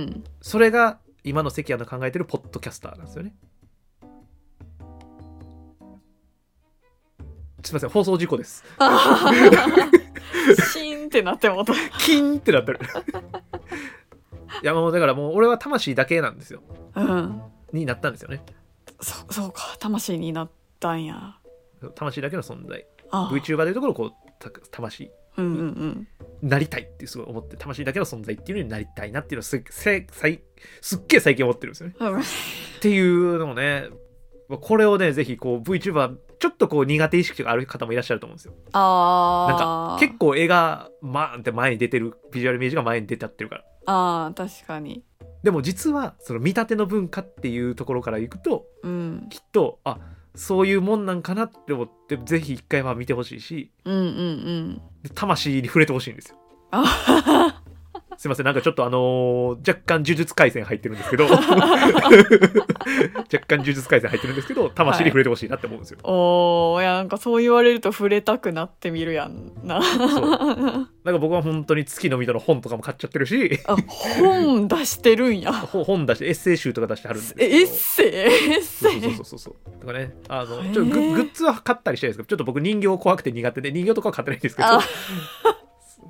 Speaker 2: ん
Speaker 1: それが今の関谷の考えてるポッドキャスターなんですよねすいません放送事故です [LAUGHS]
Speaker 2: シーンってなってもうた
Speaker 1: キンってなってる [LAUGHS] いやもうだからもう俺は魂だけなんですよ
Speaker 2: うん
Speaker 1: になったんですよね
Speaker 2: そそうか魂になったんや
Speaker 1: 魂だけの存在
Speaker 2: あ
Speaker 1: VTuber でいうところこうた魂
Speaker 2: うんうんうん
Speaker 1: なりたいってすごい思って魂だけの存在っていうのになりたいなっていうのをすっせさいすっげえ最近思ってるんですよね
Speaker 2: うん
Speaker 1: っていうのをねこれをねぜひこう VTuber ちょっとこう苦手意識がある方もいらっしゃると思うんですよなん
Speaker 2: あ
Speaker 1: か
Speaker 2: あ
Speaker 1: 結構絵がまーンって前に出てるビジュアルイメージが前に出ちゃってるから
Speaker 2: ああ確かに
Speaker 1: でも実はその見立ての文化っていうところからいくと
Speaker 2: うん
Speaker 1: きっとあそういうもんなんかなって思ってぜひ一回は見てほしいし
Speaker 2: うんうんうん
Speaker 1: で魂に触れてほしいんですよ
Speaker 2: あ
Speaker 1: すいませんなんかちょっとあのー若干呪術廻戦入ってるんです
Speaker 2: [LAUGHS]
Speaker 1: けど若干呪術廻戦入ってるんですけど魂に触れてほしいなって思うんですよ、
Speaker 2: おーいやなんかそう言われると触れたくなってみるやんな
Speaker 1: そうなんか僕は本当に月の水戸の本とかも買っちゃってるし
Speaker 2: あ本出してるんや
Speaker 1: ほ本出してエッセイ集とか出してあるんですけど
Speaker 2: えエッセイエッセ
Speaker 1: そう
Speaker 2: イ
Speaker 1: そうそうそうそうだからねあの
Speaker 2: へー
Speaker 1: ちょっとググッズは買ったりしたいですけどちょっと僕人形怖くて苦手で人形とかは買ってないんですけど
Speaker 2: あ [LAUGHS]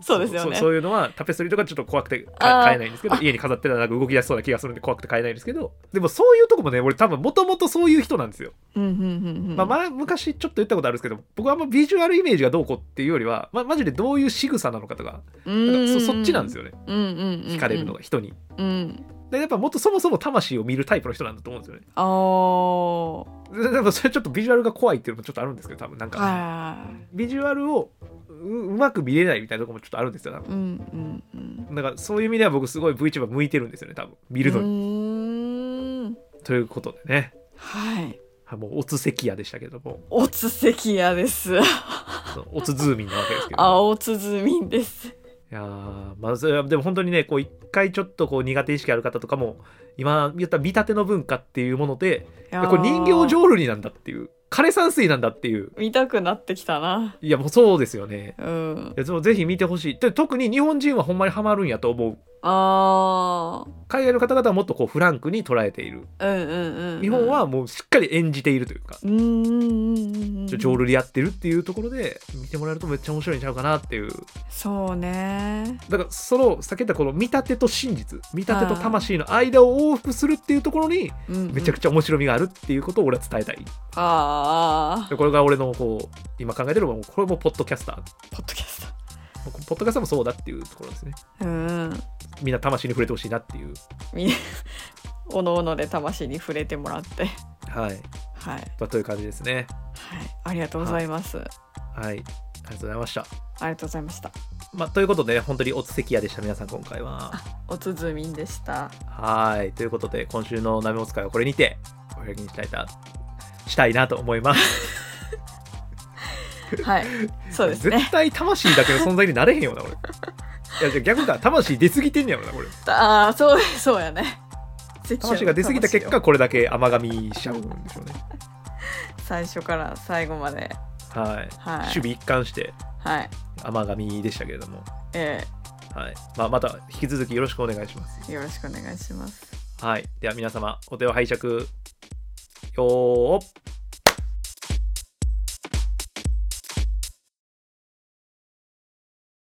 Speaker 2: そうですよ
Speaker 1: そう
Speaker 2: ね
Speaker 1: そういうのはタペストリーとかちょっと怖くてか
Speaker 2: あー
Speaker 1: 買えないんですけど家に飾ってたらなんか動き出しそうな気がするんで怖くて買えないんですけどでもそういうとこもね俺多分もともとそういう人なんですよ、
Speaker 2: うんうんうんうん
Speaker 1: まあ、前昔ちょっと言ったことあるんですけど僕はあんまビジュアルイメージがどうこうっていうよりは、まあ、マジでどういう仕草なのかとかなんかそそっちなんです
Speaker 2: よ
Speaker 1: よね
Speaker 2: うんうんうんうん
Speaker 1: 惹かれるのが人に。
Speaker 2: うん
Speaker 1: でやっぱもっとそもそも魂を見るタイプの人なんだと思うんですよね。
Speaker 2: ああは
Speaker 1: ででもそれちょっとビジュアルが怖いっていうのもちょっとあるんですけど多分なん
Speaker 2: い
Speaker 1: か、
Speaker 2: は
Speaker 1: ビジュアルをううまく見れないみたいなとこもちょっとあるんですよ多
Speaker 2: いうんうんうん
Speaker 1: 分だからそういう意味では僕すごい VTuber 向いてるんですよね多分見るの
Speaker 2: う
Speaker 1: に、
Speaker 2: ーん
Speaker 1: ということでね
Speaker 2: はい
Speaker 1: はいもうオツ関谷でしたけども
Speaker 2: おつせきやです [LAUGHS]
Speaker 1: そのオツズーミンなわけですけども
Speaker 2: 青つずみんです
Speaker 1: いやーまあそれはでも本当にねこう一回ちょっとこう苦手意識ある方とかも今言った見立ての文化っていうもので
Speaker 2: い
Speaker 1: い
Speaker 2: や
Speaker 1: や
Speaker 2: ー
Speaker 1: これ人形浄瑠璃なんだっていう枯山水なんだっていう
Speaker 2: 見たくなってきたない
Speaker 1: やもうそうですよね
Speaker 2: うん
Speaker 1: いやでもぜひ見てほしいで特に日本人はほんまにハマるんやと思う
Speaker 2: あ
Speaker 1: 海外の方々はもっとこうフランクに捉えている
Speaker 2: ーうんうんうんうん
Speaker 1: 日本はもうしっかり演じているというか、
Speaker 2: うんうんうんうんうん
Speaker 1: ちょ浄瑠璃やってるっていうところで見てもらえるとめっちゃ面白いんちゃうかなっていう
Speaker 2: そうね
Speaker 1: だからその避けたこの見立てと真実見立てと魂の間を往復するっていうところにめちゃく
Speaker 2: ち
Speaker 1: ちゃ面白みがあるっていうことを俺は伝えた
Speaker 2: ゃ
Speaker 1: い
Speaker 2: ああ
Speaker 1: これが俺のこう今考えてるのはもうこれもポッドキャスター
Speaker 2: ポッドキャス
Speaker 1: ポッドキャスターもそうだっていうところですね
Speaker 2: トうん
Speaker 1: みんな魂に触れてほしいなっていう
Speaker 2: みおのおので魂に触れてもらって
Speaker 1: はい、
Speaker 2: はい、はい、
Speaker 1: まあ、という感じですね
Speaker 2: ありがとうございます、
Speaker 1: はいありがとうございました、
Speaker 2: ありがとうございました
Speaker 1: まあ、ということで、ね、本当におつせきやでした皆さん今回は
Speaker 2: おつずみんでした
Speaker 1: はい。ということで、今週の鍋も使いはこれにて、お開きにしたいな、したいなと思います。
Speaker 2: はいそうですね
Speaker 1: 絶対魂だけの存在になれへんよな、
Speaker 2: [LAUGHS]
Speaker 1: 俺。いや、じゃあ逆か、魂出過ぎてんねやろな、これ。
Speaker 2: ああそうそうやね
Speaker 1: 魂が出過ぎた結
Speaker 2: 魂
Speaker 1: 果、これだけ甘噛みしちゃうんでしょうね。
Speaker 2: を最初から最後まで
Speaker 1: はい。
Speaker 2: はい
Speaker 1: 守備一貫して
Speaker 2: はい
Speaker 1: 甘噛みでしたけれども、
Speaker 2: え
Speaker 1: はい。まあ、また引き続きよろしくお願いします。
Speaker 2: ーよろしくお願いします
Speaker 1: はい。では皆様、お手を拝借。よーっ。